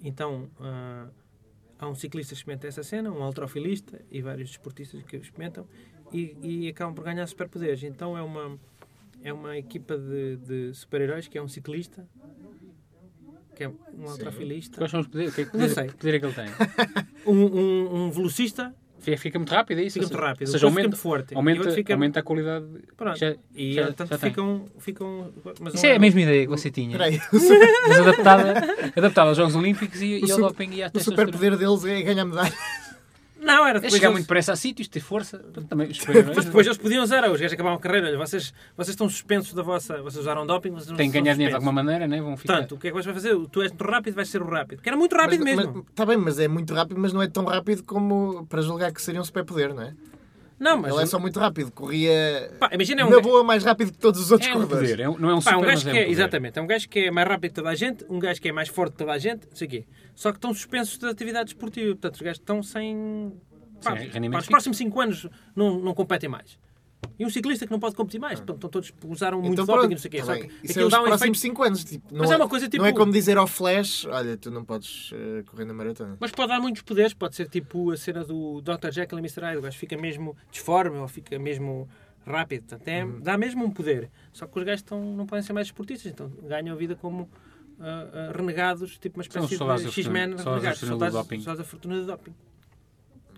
Speaker 4: Então ah, há um ciclista que experimenta essa cena, um halterofilista e vários desportistas que o experimentam e, e acabam por ganhar superpoderes. Então é uma, é uma equipa de, de super-heróis que é um ciclista, que é um halterofilista,
Speaker 5: Quais são os poderes? O que é que
Speaker 4: Não
Speaker 5: poder,
Speaker 4: sei.
Speaker 5: que poder é que ele *laughs* tem?
Speaker 4: um, um, um velocista
Speaker 5: Fica, fica muito rápido, é isso?
Speaker 4: fica muito rápido,
Speaker 5: Ou
Speaker 4: o
Speaker 5: seja,
Speaker 4: outro fica
Speaker 5: aumenta,
Speaker 4: muito forte, e o
Speaker 5: aumenta,
Speaker 4: outro fica-
Speaker 5: aumenta a qualidade. que
Speaker 4: Pronto.
Speaker 5: já-
Speaker 4: e
Speaker 5: já-
Speaker 4: portanto
Speaker 5: já tem.
Speaker 4: ficam, ficam mas
Speaker 7: Isso
Speaker 4: não
Speaker 7: é a mesma ideia que você tinha.
Speaker 3: Espera aí,
Speaker 7: Mas adaptada, adaptada aos Jogos Olímpicos e, e ao
Speaker 3: su-
Speaker 7: doping e à
Speaker 3: *laughs* o
Speaker 7: testosterona.
Speaker 3: superpoder deles é ganhar medalha.
Speaker 4: Não, era
Speaker 5: É
Speaker 4: depois
Speaker 5: chegar
Speaker 4: eles,
Speaker 5: muito é depressa a sítios, ter força.
Speaker 4: *laughs*
Speaker 5: Também, os super-heróis
Speaker 4: mas depois eles podiam usar, os gajos acabaram a carreira, olha, vocês, vocês estão suspensos da vossa, vocês usaram doping, vocês não
Speaker 5: têm que
Speaker 4: são
Speaker 5: ganhar dinheiro de
Speaker 4: suspensos.
Speaker 5: alguma maneira, né? vão ficar.
Speaker 4: Portanto, o que é que vais fazer? Tu és muito rápido, vais ser o rápido. Porque era muito *laughs* rápido
Speaker 3: mas,
Speaker 4: mesmo.
Speaker 3: Está bem, mas é muito rápido, mas não é tão rápido como para julgar que seria um superpoder, não é?
Speaker 4: não, mas
Speaker 3: Ele é só muito rápido. Corria
Speaker 4: pá, imagina é um,
Speaker 3: na
Speaker 4: ga-
Speaker 3: boa mais rápido que todos os outros
Speaker 5: é um
Speaker 3: corredores.
Speaker 5: poder, é um- não é um
Speaker 4: pá,
Speaker 5: super,
Speaker 4: um
Speaker 5: mas
Speaker 4: gajo
Speaker 5: é um
Speaker 4: que é,
Speaker 5: poder.
Speaker 4: exatamente, é um gajo que é mais rápido que toda a gente, um gajo que é mais forte que toda a gente, não sei o quê. Só que estão suspensos da atividade esportiva, portanto, os gajos estão sem. Pá,
Speaker 5: Sem rendimento
Speaker 4: pá, os
Speaker 5: fixo.
Speaker 4: próximos 5 anos não, não competem mais. E um ciclista que não pode competir mais, portanto, estão todos usaram muito
Speaker 3: Ah. Então
Speaker 4: doping e
Speaker 3: pronto,
Speaker 4: não sei o quê.
Speaker 3: tá
Speaker 4: Só
Speaker 3: bem.
Speaker 4: que
Speaker 3: Isso é
Speaker 4: aquilo
Speaker 3: os
Speaker 4: dá um efeito.
Speaker 3: próximos 5 anos. Tipo, não
Speaker 4: Mas é uma coisa tipo-
Speaker 3: Não é como dizer ao Flash, olha, tu não podes eh, correr na maratona.
Speaker 4: Mas pode dar muitos poderes, pode ser tipo a cena do Dr. Jekyll e Mr. Hyde, o gajo fica mesmo disforme ou fica mesmo rápido, portanto, é-
Speaker 5: Uhum.
Speaker 4: dá mesmo um poder. Só que os gajos estão, não podem ser mais esportistas, então ganham a vida como ah, ah, renegados, tipo uma
Speaker 5: São os
Speaker 4: espécie
Speaker 5: soldados da
Speaker 4: de X-Men
Speaker 5: fortuna- soldados da
Speaker 4: renegados,
Speaker 5: fortuna do
Speaker 4: soldados
Speaker 5: doping. É.
Speaker 4: soldados da fortuna do doping.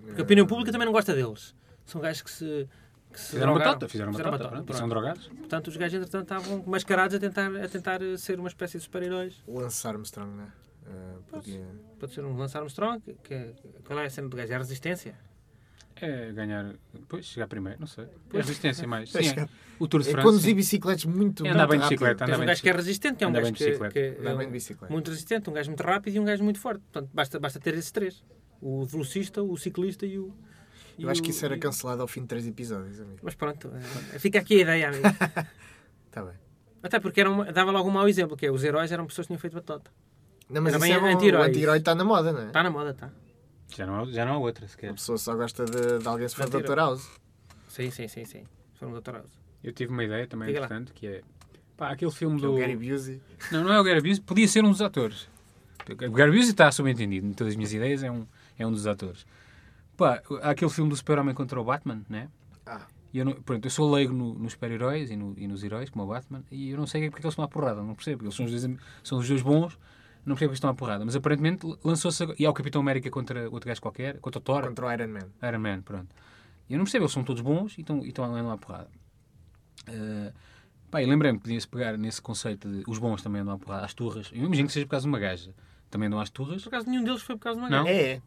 Speaker 4: Porque a opinião pública também não gosta deles. São gajos que se. Que se
Speaker 5: Fizeram
Speaker 4: drogaram.
Speaker 5: batata, fizeram batata. pronto, São drogados.
Speaker 4: Portanto, os gajos, entretanto, estavam mascarados a tentar, a tentar eh, ser uma espécie de super-heróis.
Speaker 3: Lance Armstrong, não é? Eh, podia-
Speaker 4: Pode ser um Lance Armstrong, que, que, qual é a cena do gajo? É a resistência.
Speaker 5: É ganhar. Pois, chegar primeiro, não sei. É resistência mais. Sim, é. O Tour de
Speaker 3: É
Speaker 5: França.
Speaker 3: conduzir
Speaker 5: sim.
Speaker 3: bicicletas muito, muito
Speaker 5: É andar bem de
Speaker 3: rápido.
Speaker 5: bicicleta,
Speaker 4: Tens
Speaker 5: andar
Speaker 4: um
Speaker 5: bem
Speaker 4: gajo que é
Speaker 5: de
Speaker 4: resistente, que é um
Speaker 5: Anda
Speaker 4: gajo
Speaker 5: bem de
Speaker 4: que,
Speaker 5: bicicleta.
Speaker 4: que é
Speaker 3: Andar bem
Speaker 4: um-
Speaker 3: de bicicleta.
Speaker 4: muito resistente, um gajo muito rápido e um gajo muito forte. Portanto, basta, basta ter esses três. O velocista, o ciclista e o... e
Speaker 3: Eu acho
Speaker 4: o-
Speaker 3: que isso era
Speaker 4: e-
Speaker 3: cancelado ao fim de 3 episódios, amigo.
Speaker 4: Mas pronto, eh, fica aqui a
Speaker 3: *laughs*
Speaker 4: ideia, amigo.
Speaker 3: Está Tá bem.
Speaker 4: Até porque era uma- dava logo um mau exemplo, que é, os heróis eram pessoas que tinham feito batota.
Speaker 3: Não, mas
Speaker 4: Era
Speaker 3: isso
Speaker 4: bem
Speaker 3: é bom.
Speaker 4: anti-heróis.
Speaker 3: O anti-herói está na moda, não é?
Speaker 5: Tá.
Speaker 4: Está na moda, tá. está.
Speaker 5: Já não, há- já não há outra sequer.
Speaker 3: A pessoa só gosta de, de alguém se for
Speaker 4: Anti-herói.
Speaker 3: Dr. House.
Speaker 4: Sim, sim, sim, sim. Foram doutorados.
Speaker 5: Eu tive uma ideia também
Speaker 4: Diga lá.
Speaker 5: importante que é. Pá, aquele filme
Speaker 3: que é O
Speaker 5: do.
Speaker 3: Gary Busey.
Speaker 5: Não, não é o Gary Busey, podia ser um dos atores. O Gary Busey está subentendido em todas as minhas ideias, é um, é um dos atores. Pá, há aquele filme do super-homem contra o Batman, né?
Speaker 3: Ah.
Speaker 5: E eu, não, pronto, eu sou leigo no- nos super-heróis e, no- e nos heróis, como o Batman, e eu não sei porque é que eles estão à porrada, não percebo. Eles são os dois, am- são os dois bons, não percebo porque estão à porrada. Mas aparentemente lançou-se. agora- E há o Capitão América contra outro gajo qualquer, contra o Thor.
Speaker 3: Contra o Iron Man.
Speaker 5: Iron Man, pronto. Eu não percebo, eles são todos bons e estão, e estão andando à porrada. Eh, pá, e lembrei-me que podia-se pegar nesse conceito de os bons também andam à porrada, às turras. Eu imagino que seja por causa de uma gaja. Também andam às turras.
Speaker 4: Por acaso, nenhum deles foi por causa de uma
Speaker 5: Não.
Speaker 4: guerra.
Speaker 3: É, é.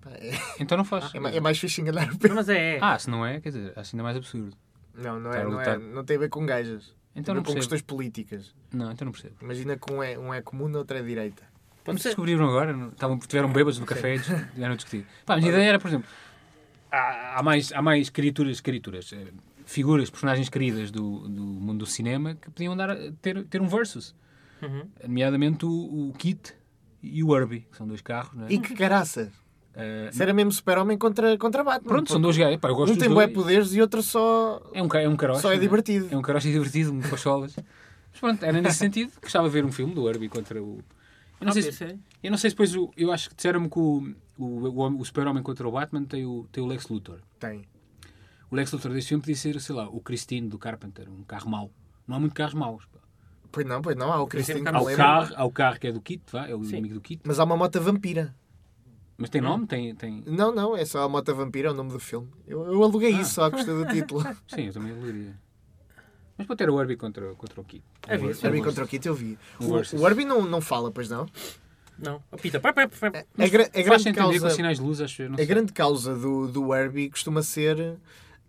Speaker 3: Pá, é.
Speaker 5: Então não faz.
Speaker 3: É ma- é mais fixe enganar o
Speaker 4: Não,
Speaker 3: pé.
Speaker 4: Mas é, é.
Speaker 5: Ah, se não é, quer dizer, acho ainda mais absurdo.
Speaker 3: Não, não
Speaker 5: Estar
Speaker 3: é,
Speaker 5: a
Speaker 3: não é.
Speaker 5: lutar.
Speaker 3: Não tem a ver com gajas.
Speaker 5: Tá
Speaker 3: tem a
Speaker 5: Então não
Speaker 3: ver com
Speaker 5: percebo.
Speaker 3: questões políticas.
Speaker 5: Não, então não percebo.
Speaker 3: Imagina que um é, um é comum, outro é direita.
Speaker 4: Pode
Speaker 5: Mas
Speaker 4: ser.
Speaker 5: descobriram agora, não- estavam, tiveram bêbados no café e tiveram a discutir. Pá, a minha ideia era, por exemplo, há, há mais, há mais criaturas, criaturas, eh, figuras, personagens queridas do, do mundo do cinema que podiam andar a ter, ter um versus.
Speaker 4: Uhum.
Speaker 5: Nomeadamente o, o Kit e o Herbie, que são dois carros, não é?
Speaker 3: E que caraças!
Speaker 5: Eh,
Speaker 3: Se era mesmo super-homem contra, contra Batman.
Speaker 5: pronto, são dois gajos. Pá, eu gosto
Speaker 3: Um
Speaker 5: dos
Speaker 3: tem
Speaker 5: dois.
Speaker 3: bué poderes e outro só...
Speaker 5: É um, ca- é um carocha.
Speaker 3: Só é
Speaker 5: não
Speaker 3: divertido.
Speaker 5: É um carocha divertido, um pacholas. Mas pronto, era nesse sentido. Gostava de ver um filme do Herbie contra o... Eu não,
Speaker 4: Ah,
Speaker 5: sei
Speaker 4: podia
Speaker 5: se,
Speaker 4: ser.
Speaker 5: eu não sei se depois... o- eu acho que disseram-me que o, o, o, homem- o super-homem contra o Batman tem o, tem o Lex Luthor.
Speaker 3: Tem.
Speaker 5: O Lex Luthor desse filme podia ser, sei lá, o Christine do Carpenter, um carro mau. Não há muito carros maus. pá.
Speaker 3: Pois não, pois não. Há o
Speaker 4: Christine
Speaker 3: Christine
Speaker 5: Há
Speaker 4: Não
Speaker 5: o,
Speaker 3: Cavaleiro.
Speaker 5: carro, há o carro que é do Kit, vá, é o
Speaker 4: Sim. Uhum.
Speaker 5: inimigo do Kit.
Speaker 3: Mas há uma moto vampira.
Speaker 5: Mas tem nome? Tem, tem...
Speaker 3: Não, não. É só a moto vampira, é o nome do filme. Eu, eu
Speaker 5: Ah.
Speaker 3: aluguei isso só à custa do
Speaker 5: *laughs*
Speaker 3: título.
Speaker 5: Sim, eu também alugaria. Mas pode ter o Herbie contra, contra o Kit. É
Speaker 4: Havia, sim.
Speaker 3: Herbie contra o Kit eu vi.
Speaker 5: Um
Speaker 3: O,
Speaker 5: versus.
Speaker 3: o Herbie não, não fala, pois não?
Speaker 4: Não. Oh, Pita, pá, pá, pá, pá.
Speaker 3: A, gra- a
Speaker 5: Faz
Speaker 3: grande
Speaker 5: entender com
Speaker 3: causa, É
Speaker 5: sinais de luz, acho eu. Não
Speaker 3: a
Speaker 5: sei.
Speaker 3: grande causa do, do Herbie costuma ser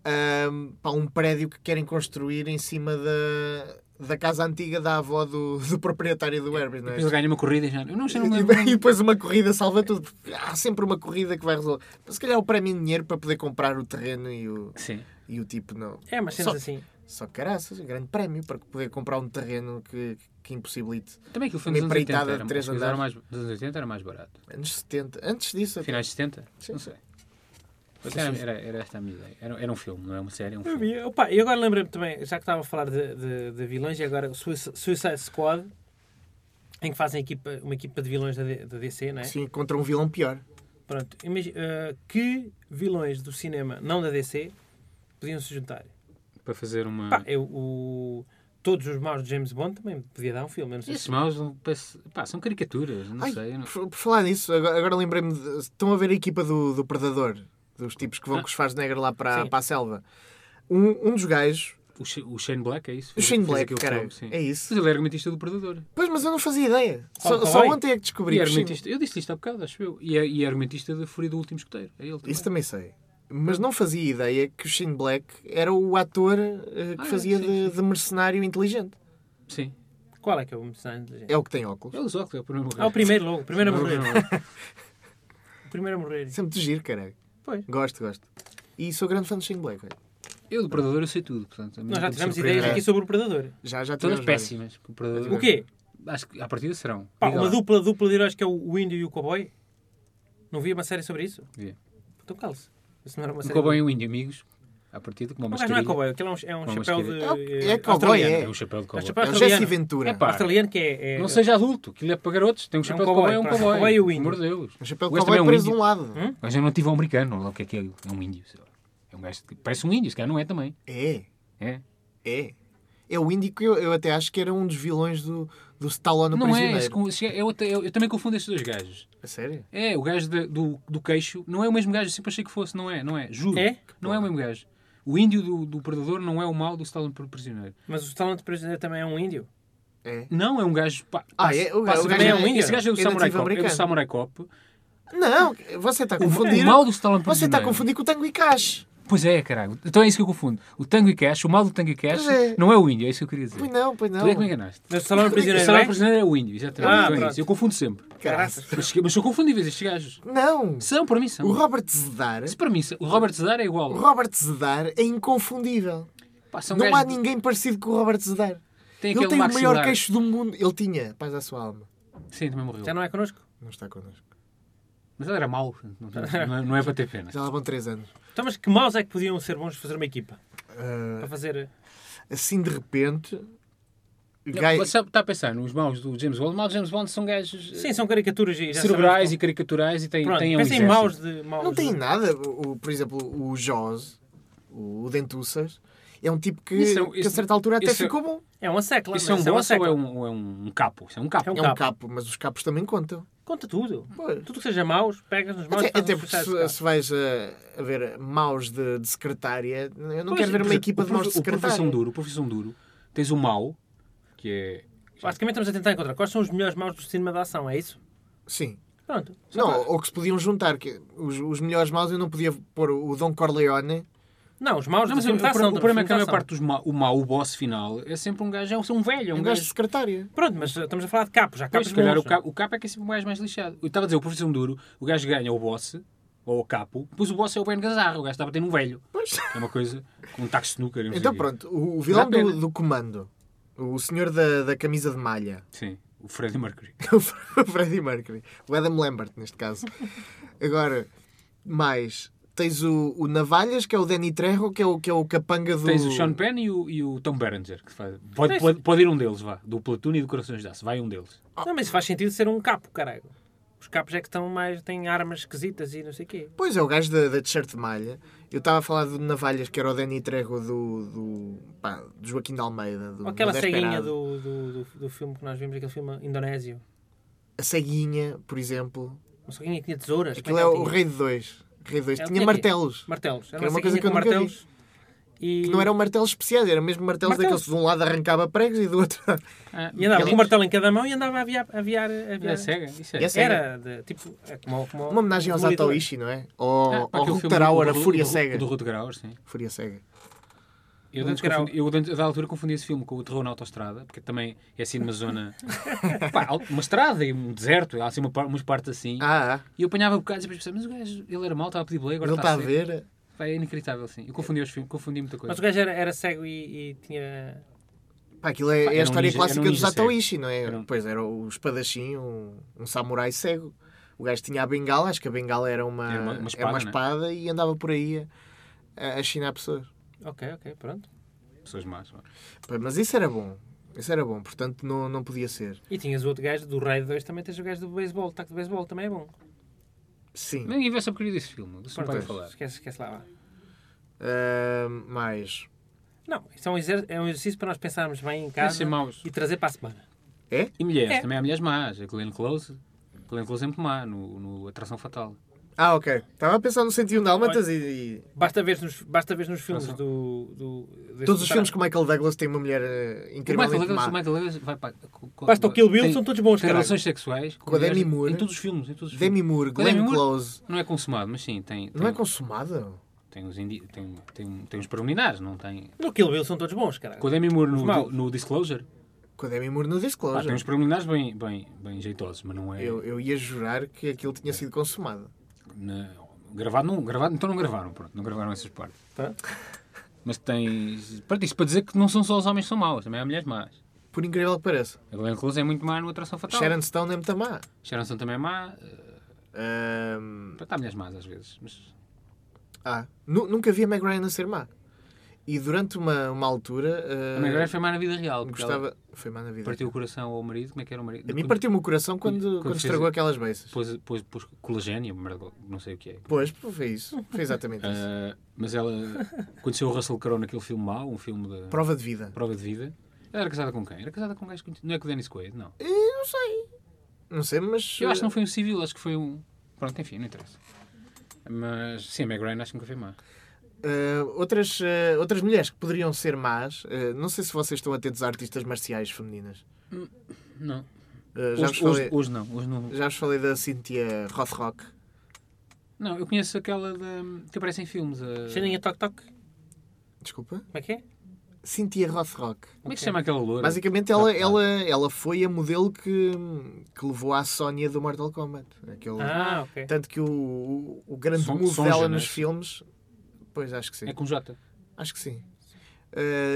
Speaker 3: ahm, pá, um prédio que querem construir em cima da, da casa antiga da avó do, do proprietário do Herbert. não é?
Speaker 5: Depois ele ganha uma corrida e já. Eu não sei, não
Speaker 3: *laughs* E,
Speaker 5: me lembro.
Speaker 3: e depois uma corrida salva tudo. porque Há sempre uma corrida que vai resolver. Se calhar o prémio em dinheiro para poder comprar o terreno e o,
Speaker 5: Sim.
Speaker 3: e o tipo não.
Speaker 4: É, mas
Speaker 3: só,
Speaker 4: cenas assim.
Speaker 3: Só caraças, um grande prémio para poder comprar um terreno que, que impossibilite.
Speaker 5: Também aquilo foi
Speaker 3: Uma
Speaker 5: nos anos 80.
Speaker 3: empreitada de
Speaker 5: Era,
Speaker 3: três
Speaker 5: as coisas eram
Speaker 3: andares.
Speaker 5: mais, nos anos 80 era mais barato.
Speaker 3: Anos 70. Antes disso, até.
Speaker 5: Finais de 70?
Speaker 3: Sim.
Speaker 5: Não sei. Era, era, era esta a minha ideia. Era, era um filme, não é uma série, é um
Speaker 4: Eu
Speaker 5: filme.
Speaker 4: vi. Opa, e agora lembrei-me também, já que estava a falar de, de, de vilões, e agora o Suici- Suicide Squad, em que fazem equipa, uma equipa de vilões da, D- da DC, não é?
Speaker 3: Sim, contra um vilão pior.
Speaker 4: Pronto, imagi- eh, que vilões do cinema, não da DC, podiam se juntar?
Speaker 5: Para fazer uma.
Speaker 4: Pá, eu, o- todos os maus de James Bond também podia dar um filme. eu não sei
Speaker 5: Esses
Speaker 4: se-
Speaker 5: maus não parece- pá, são caricaturas, não
Speaker 3: Ai,
Speaker 5: sei. eu não-
Speaker 3: Por, por falar nisso, agora, agora lembrei-me. de- Estão a ver a equipa do, do Predador? Dos tipos que vão
Speaker 5: Ah.
Speaker 3: com os Schwarzenegger lá para,
Speaker 4: Sim.
Speaker 3: para a selva. Um, um dos gajos,
Speaker 5: O, Sh- o Shane Black é isso?
Speaker 3: o
Speaker 5: Fez-
Speaker 3: Shane
Speaker 5: fez
Speaker 3: Black,
Speaker 5: aquele
Speaker 3: cara,
Speaker 5: filme, sim.
Speaker 3: é isso.
Speaker 5: Mas ele é argumentista do Predador.
Speaker 3: Pois, mas eu não fazia ideia.
Speaker 4: Fala,
Speaker 3: Só,
Speaker 4: fala
Speaker 3: só
Speaker 4: aí.
Speaker 3: ontem é que descobri
Speaker 5: E é
Speaker 3: que sim.
Speaker 5: argumentista, eu disse isto há bocado, acho eu. E é, e é argumentista da Fúria do Último Escoteiro. É ele também.
Speaker 3: Isso também sei. Mas não fazia ideia que o Shane Black era o ator eh, que
Speaker 5: Ah, é,
Speaker 3: fazia
Speaker 5: sim,
Speaker 3: de, de mercenário inteligente.
Speaker 5: Sim.
Speaker 4: Qual é que é o mercenário inteligente?
Speaker 3: É o que tem óculos.
Speaker 5: É o Zócalo, é o primeiro a morrer.
Speaker 4: Ah, o primeiro logo, o primeiro a
Speaker 5: Não,
Speaker 4: morrer.
Speaker 5: não, não.
Speaker 4: *laughs* O primeiro a morrer.
Speaker 3: Sempre de giro, caralho.
Speaker 4: Pois.
Speaker 3: Gosto, gosto. E sou grande fã de Shane Black. olha.
Speaker 5: Eu do Predador eu sei tudo, portanto. a mim
Speaker 4: Nós já
Speaker 5: não me
Speaker 4: tivemos
Speaker 5: surpreende.
Speaker 4: ideias aqui sobre o Predador.
Speaker 3: Já, já
Speaker 5: Todas
Speaker 3: tivemos várias.
Speaker 5: péssimas. O, predador,
Speaker 4: O quê?
Speaker 5: Acho que à partida serão.
Speaker 4: Pá,
Speaker 5: Diga
Speaker 4: uma
Speaker 5: lá.
Speaker 4: dupla, dupla de heróis que é o o índio e o cowboy? Não vi uma série sobre isso?
Speaker 5: Vi.
Speaker 4: Então cala-se. Isso não era uma
Speaker 5: Um
Speaker 4: série.
Speaker 5: cowboy e um índio, amigos. À partida, com uma
Speaker 4: O gajo não é
Speaker 5: mascarinha.
Speaker 4: cowboy, aquele é um, é um
Speaker 5: Uma
Speaker 4: chapéu de.
Speaker 5: mascarinha.
Speaker 3: É- é
Speaker 4: eh,
Speaker 3: cowboy,
Speaker 4: australiano.
Speaker 5: É um chapéu de
Speaker 4: É um
Speaker 5: cowboy.
Speaker 3: É
Speaker 4: chapéu
Speaker 3: o Jesse
Speaker 4: australiano.
Speaker 3: Ventura.
Speaker 5: É pá.
Speaker 4: Australiano que é. é-
Speaker 5: Não seja adulto, aquilo é para garotos. Tem um chapéu de
Speaker 4: cowboy,
Speaker 5: cowboy, é um
Speaker 4: pronto.
Speaker 5: cowboy.
Speaker 4: Cowboy e o
Speaker 5: Por
Speaker 4: índio.
Speaker 5: amor de Deus.
Speaker 3: O chapéu
Speaker 5: O
Speaker 3: de cowboy
Speaker 5: gajo também é um
Speaker 3: preso de
Speaker 5: índio.
Speaker 3: um lado.
Speaker 5: O gajo é um nativo americano, não lá o que é que é. É um índio, sei lá. É um gajo que parece um índio, se calhar não é também.
Speaker 3: É,
Speaker 5: É.
Speaker 3: é. É o índico, eu, eu até acho que era um dos vilões do, do Stallone o
Speaker 5: Não é,
Speaker 3: Prisioneiro.
Speaker 5: esse com- esse é outro- eu, eu também confundo estes dois gajos.
Speaker 3: A sério?
Speaker 5: É, o gajo da- do, do queixo não é o mesmo gajo, eu sempre achei que fosse, não é, não é, juro.
Speaker 4: É?
Speaker 5: Não é o mesmo gajo. O índio do, do Predador não é o mau do Stallone por Prisioneiro.
Speaker 4: Mas o Stallone de Prisioneiro também é um índio?
Speaker 3: É.
Speaker 5: Não, é um gajo. Pá,
Speaker 3: Ah,
Speaker 5: passa-
Speaker 3: é? O
Speaker 5: passa
Speaker 3: gajo
Speaker 5: também
Speaker 4: é
Speaker 5: a-
Speaker 4: um índio?
Speaker 5: Esse gajo é do
Speaker 3: É
Speaker 5: Samurai
Speaker 3: nativo
Speaker 5: Cop. É do
Speaker 3: americano.
Speaker 5: Samurai Cop.
Speaker 3: Não, você está a
Speaker 5: O,
Speaker 3: confundir.
Speaker 5: o mal é do Stallone por
Speaker 3: Você tá está a
Speaker 5: um Prisioneiro.
Speaker 3: confundir com o Tango e Cash.
Speaker 5: Pois é, caralho. Então é isso que eu confundo. O Tango e Cash, o mal do Tango e Cash,
Speaker 3: Pois é.
Speaker 5: não é o índio, é isso que eu queria dizer.
Speaker 3: Pois não, pois não.
Speaker 5: Tu é que me enganaste.
Speaker 4: Mas o Stallone de
Speaker 5: O
Speaker 4: Prisioneiro. não
Speaker 5: Samurai
Speaker 4: é?
Speaker 5: Prisioneiro é o índio, exatamente.
Speaker 4: Ah,
Speaker 5: então é
Speaker 4: pronto.
Speaker 5: isso. Eu confundo sempre.
Speaker 3: Caraças.
Speaker 5: Mas, mas sou confundíveis estes gajos.
Speaker 3: Não.
Speaker 5: São, para mim são.
Speaker 3: O Robert Zedar,
Speaker 5: Se para mim, o Robert Zedar é igual.
Speaker 3: o Robert Zedar é inconfundível.
Speaker 5: Pá, são
Speaker 3: não
Speaker 5: gajos
Speaker 3: há
Speaker 5: Então um de- é
Speaker 3: ninguém parecido com o Robert Zedar.
Speaker 5: Tem
Speaker 3: Ele
Speaker 5: aquele
Speaker 3: tem o
Speaker 5: maxilar.
Speaker 3: maior queixo do mundo. Ele tinha, paz à sua alma.
Speaker 5: Sim, também morreu.
Speaker 4: Já não é connosco?
Speaker 3: Não está connosco.
Speaker 5: Mas ele era mau. portanto, Não, tem- não é- não é para ter pena.
Speaker 3: Já lá vão 3 anos.
Speaker 4: Então, mas que maus é que podiam ser bons de fazer uma equipa?
Speaker 3: Ah,
Speaker 4: Para fazer. eh,
Speaker 3: assim de repente.
Speaker 5: Não,
Speaker 3: Gai...
Speaker 5: Você está a pensar nos maus do James Bond. Os maus do James Bond são gajos eh,
Speaker 4: Sim, são caricaturas e já
Speaker 5: cerebrais e
Speaker 4: sabemos
Speaker 5: caricaturais e têm,
Speaker 4: qual- Pronto,
Speaker 5: têm um
Speaker 4: pensem em
Speaker 5: exército.
Speaker 4: maus de. Maus
Speaker 3: Não tem
Speaker 4: de...
Speaker 3: nada. O, o- por exemplo, o Jaws, o Dentuças, é um tipo que,
Speaker 5: Isso é um-
Speaker 3: que a
Speaker 5: isso-
Speaker 3: certa altura até
Speaker 5: isso é-
Speaker 3: ficou bom.
Speaker 4: É uma secla.
Speaker 5: Isso é um
Speaker 4: mas
Speaker 5: boss
Speaker 4: uma
Speaker 5: ou é
Speaker 4: secla.
Speaker 5: um, ou é um capo? Isso é um capo.
Speaker 4: É um
Speaker 3: É um capo, mas os capos também contam.
Speaker 5: um-
Speaker 4: Conta tudo.
Speaker 3: Pois.
Speaker 4: Tudo que seja maus, pegas nos maus
Speaker 3: Até,
Speaker 4: e fazes
Speaker 3: até
Speaker 4: um
Speaker 3: porque
Speaker 4: sucesso,
Speaker 3: se,
Speaker 4: cara.
Speaker 3: se vais eh, a, a ver maus de, de secretária, eu não
Speaker 5: Pois,
Speaker 3: quero ver
Speaker 5: por
Speaker 3: uma
Speaker 5: exemplo,
Speaker 3: equipa
Speaker 5: o
Speaker 3: de maus de
Speaker 5: profe- O
Speaker 3: secretária.
Speaker 5: profissão duro, o profissão duro. Tens o mau, que é...
Speaker 4: Basicamente estamos a tentar encontrar quais são os melhores maus do cinema da ação, é isso?
Speaker 3: Sim.
Speaker 4: Pronto.
Speaker 3: Não, ou que se podiam juntar. Que os, os melhores maus eu não podia pôr o Dom Corleone. é
Speaker 4: Não, os maus do
Speaker 5: Não, mas o,
Speaker 4: filme de ação.
Speaker 5: o
Speaker 4: do
Speaker 5: problema
Speaker 4: filme
Speaker 5: é que a
Speaker 4: de
Speaker 5: maior
Speaker 4: ação.
Speaker 5: parte dos ma- o mau, o boss final, é sempre um gajo, é um- um velho, é
Speaker 3: É
Speaker 5: um
Speaker 3: um gajo de
Speaker 5: gajo...
Speaker 3: secretária.
Speaker 4: Pronto, mas estamos a falar de capos. Já
Speaker 5: Pois,
Speaker 4: capos
Speaker 5: se calhar o
Speaker 4: bons.
Speaker 5: capo, o capo é que é sempre o gajo mais lixado. Eu estava a dizer, o profissão duro, o gajo ganha o boss, ou o capo, depois o boss é o Ben Gazarra, o gajo estava a ter um velho.
Speaker 3: Pois.
Speaker 5: É uma coisa, com um taco de snooker. e não sei
Speaker 3: Então
Speaker 5: o quê.
Speaker 3: pronto, o, o vilão
Speaker 5: Vale a
Speaker 3: do,
Speaker 5: pena.
Speaker 3: do comando, o senhor da, da camisa de malha,
Speaker 5: Sim, o Freddie Mercury.
Speaker 3: *laughs* o Freddie Mercury. O Adam Lambert, neste
Speaker 4: *laughs*
Speaker 3: caso. Agora, mais. Tens o, o Navalhas, que é o Danny Trejo, que é o, que é o capanga do.
Speaker 5: Tens o Sean Penn e o, e o Tom Berenger. Que faz- pode, pode, pode ir um deles, vá. Do Platoon e do Corações de Aço. Vai um deles.
Speaker 4: Não, mas isso faz sentido ser um capo, caralho. Os capos é que estão mais. têm armas esquisitas e não sei o quê.
Speaker 3: Pois é, o gajo da, da t-shirt de malha. Eu estava a falar do Navalhas, que era o Danny Trejo do. do pá, do Joaquim de Almeida. Do,
Speaker 4: Ou aquela
Speaker 5: é
Speaker 3: do
Speaker 4: ceguinha
Speaker 3: Desperado.
Speaker 4: do, do, do, do filme que nós vimos, aquele filme indonésio.
Speaker 3: A ceguinha, por exemplo.
Speaker 4: Uma ceguinha que tinha tesouras.
Speaker 3: Aquilo
Speaker 4: como
Speaker 3: é
Speaker 4: que
Speaker 3: o
Speaker 4: ela tinha?
Speaker 3: Rei de Dois. Rei de Dois.
Speaker 4: Ela
Speaker 3: Tinha
Speaker 4: tinha-
Speaker 3: martelos.
Speaker 4: Martelos. Era
Speaker 3: Que
Speaker 5: é
Speaker 4: uma,
Speaker 3: era uma coisa
Speaker 4: ceguinha
Speaker 3: que eu
Speaker 4: com
Speaker 3: nunca vi.
Speaker 4: martelos. E,
Speaker 3: Não um eram martelos especiais, eram mesmo martelos
Speaker 4: Martelos.
Speaker 3: daqueles que de um lado arrancava pregos e do outro.
Speaker 5: Ah,
Speaker 4: e andava
Speaker 5: aqueles-
Speaker 4: com o martelo em cada mão e andava a aviar. A aviar, a aviar.
Speaker 5: É cega, isso é.
Speaker 3: E é cega.
Speaker 4: Era de, tipo. é como, como
Speaker 3: Uma homenagem ao
Speaker 4: Demolidor.
Speaker 3: Zato Ishii, não é? Ou
Speaker 5: Ah, pá,
Speaker 3: ao
Speaker 5: aquele filme
Speaker 3: Ruth
Speaker 5: do-
Speaker 3: Tarauer,
Speaker 5: do-
Speaker 3: a
Speaker 5: do-
Speaker 3: Fúria
Speaker 5: do-
Speaker 3: Cega.
Speaker 5: Do Ruth Grauer, sim.
Speaker 3: Fúria Cega.
Speaker 5: Eu,
Speaker 4: Do
Speaker 5: antes
Speaker 4: Grau.
Speaker 5: confundi, eu antes- da altura confundi esse filme com o Terror na Autostrada, porque também é assim
Speaker 3: *laughs*
Speaker 5: numa zona. pá, al- uma estrada e um deserto, há assim uma, par- umas partes assim.
Speaker 3: Ah, ah,
Speaker 5: E eu apanhava bocados e depois pensava, mas o gajo, ele era mau, estava a pedir play, agora
Speaker 3: não
Speaker 5: está
Speaker 3: está a
Speaker 5: a ser.
Speaker 3: ver?
Speaker 5: Pá, É inacreditável, assim. Eu confundi os filmes, confundi muita coisa.
Speaker 4: Mas o gajo era, era cego e, e tinha.
Speaker 3: Pá, aquilo é,
Speaker 5: Pá,
Speaker 3: é a
Speaker 5: era um
Speaker 3: história
Speaker 5: ninja-
Speaker 3: clássica
Speaker 5: era um
Speaker 3: do
Speaker 5: ninja
Speaker 3: Zato
Speaker 5: cego.
Speaker 3: Ishii, não é?
Speaker 5: Era um-
Speaker 3: Pois era o espadachim, um, um samurai cego. O gajo tinha a bengala, acho que a bengala era uma,
Speaker 5: Era uma- uma espada, né?
Speaker 3: espada e andava por aí a, a chinar pessoas.
Speaker 4: Ok, ok, pronto.
Speaker 5: Pessoas más. pá.
Speaker 3: Pá, Mas isso era bom. Isso era bom, portanto não, não podia ser.
Speaker 4: E tinhas o outro gajo do Raid 2, também tens o gajo do beisebol, taco de beisebol, também é bom.
Speaker 3: Sim.
Speaker 5: Nem investe a porcaria desse filme, isso não
Speaker 4: Pronto,
Speaker 5: vai falar.
Speaker 4: Esquece, esquece lá. vá.
Speaker 3: Ah, mais.
Speaker 4: Não, isso é um, exer- é um exercício para nós pensarmos bem em
Speaker 5: Deve
Speaker 4: casa
Speaker 5: ser maus.
Speaker 4: e trazer para a semana.
Speaker 5: E mulheres,
Speaker 4: É.
Speaker 5: também há mulheres más. A Glenn Close, a Glenn Close é muito má no, no Atração Fatal.
Speaker 3: Ah, ok. Estava a pensar no 101 Dálmatas e, e
Speaker 4: Basta ver nos, basta ver nos filmes do. do deste
Speaker 3: todos os
Speaker 4: cara.
Speaker 3: filmes que o Michael Douglas tem uma mulher eh,
Speaker 5: O Michael
Speaker 3: incrivelmente
Speaker 5: Douglas,
Speaker 3: má.
Speaker 5: o Michael Douglas vai para. co- co-
Speaker 4: Basta o Kill Bill,
Speaker 5: tem-
Speaker 4: são todos bons,
Speaker 5: Tem
Speaker 4: caralho.
Speaker 5: relações sexuais
Speaker 3: Com a Demi
Speaker 5: mulheres
Speaker 3: Moore.
Speaker 5: Em todos os filmes, em todos os
Speaker 3: Demi
Speaker 5: filmes.
Speaker 3: Moore,
Speaker 5: Com a Demi
Speaker 3: Glenn
Speaker 5: Moore?
Speaker 3: Close.
Speaker 5: Não é consumado, mas sim, tem. tem
Speaker 3: Não é consumado?
Speaker 5: Tem os, indi... tem, tem, tem os preliminares, não tem.
Speaker 4: No Kill Bill são todos bons, cara.
Speaker 5: Com a Demi Moore
Speaker 4: Os maus.
Speaker 5: no, no Disclosure,
Speaker 3: Com a Demi Moore no
Speaker 5: pá, Ah, tem
Speaker 3: Disclosure.
Speaker 5: uns preliminares bem, bem, bem jeitosos, mas não é.
Speaker 3: eu, eu ia jurar que aquilo tinha sido consumado.
Speaker 5: na- Gravado, não, gravado, então não gravaram, pronto, não gravaram essas partes.
Speaker 4: Tá.
Speaker 5: Mas tens. Pronto, isto para dizer que não são só os homens que são maus, também há mulheres más.
Speaker 3: Por incrível que pareça.
Speaker 5: A Glenn Close é muito má no Atração Fatal.
Speaker 3: Sharon Stone é muito má.
Speaker 5: Sharon Stone também é má.
Speaker 3: Ahm,
Speaker 5: Pronto, há mulheres más às vezes. Mas...
Speaker 3: ah, nu- nunca vi a Meg Ryan a ser má. E durante uma, uma altura... ah,
Speaker 5: A Meg Ryan é foi má na vida real. porque ela
Speaker 3: Gostava... Foi má na vida.
Speaker 5: Partiu o coração ao marido, como é que era o marido?
Speaker 3: A mim partiu-me o coração quando,
Speaker 5: Quando
Speaker 3: quando,
Speaker 5: fez-
Speaker 3: estragou aquelas beças.
Speaker 5: Pôs, pôs, pôs colagênio, uma merda, não sei o que é.
Speaker 3: Pois, foi isso. Foi exatamente isso.
Speaker 5: *laughs* Ah,
Speaker 3: *laughs*
Speaker 5: mas ela conheceu o Russell Crowe naquele filme mau, um filme de prova,
Speaker 3: Prova de vida.
Speaker 5: de vida. Ela era casada com quem? Era casada com um gajo que conhe- Não é com o Dennis Quaid, não.
Speaker 3: Não sei, mas...
Speaker 5: Eu acho que não foi um civil, acho que foi um. Pronto, enfim, não interessa. Mas sim, a Meg Ryan acho que nunca foi má.
Speaker 3: Uh, outras, uh, outras mulheres que poderiam ser más, uh, não sei se vocês estão atentos a artistas marciais femininas.
Speaker 5: Não.
Speaker 3: Uh, já, vos
Speaker 5: Hoje, hoje,
Speaker 3: falei,
Speaker 5: hoje não, hoje não.
Speaker 3: já vos falei da Cynthia Rothrock.
Speaker 5: Não, eu conheço aquela da- que aparece em filmes. a-
Speaker 4: Cheirinha Toc Toc. Como
Speaker 3: Desculpa?
Speaker 4: é que é?
Speaker 3: Cynthia Rothrock.
Speaker 5: Como é que se chama aquela loura?
Speaker 3: Basicamente, ela, ela, ela foi a modelo que, que levou à Sónia do Mortal Kombat. Aquele-
Speaker 4: Ah, ok.
Speaker 3: Tanto que o, o, o grande
Speaker 5: Son-
Speaker 3: move
Speaker 5: Sonja,
Speaker 3: dela
Speaker 5: não é?
Speaker 3: nos filmes. Pois, acho que sim.
Speaker 5: É com Jota.
Speaker 3: Acho que sim.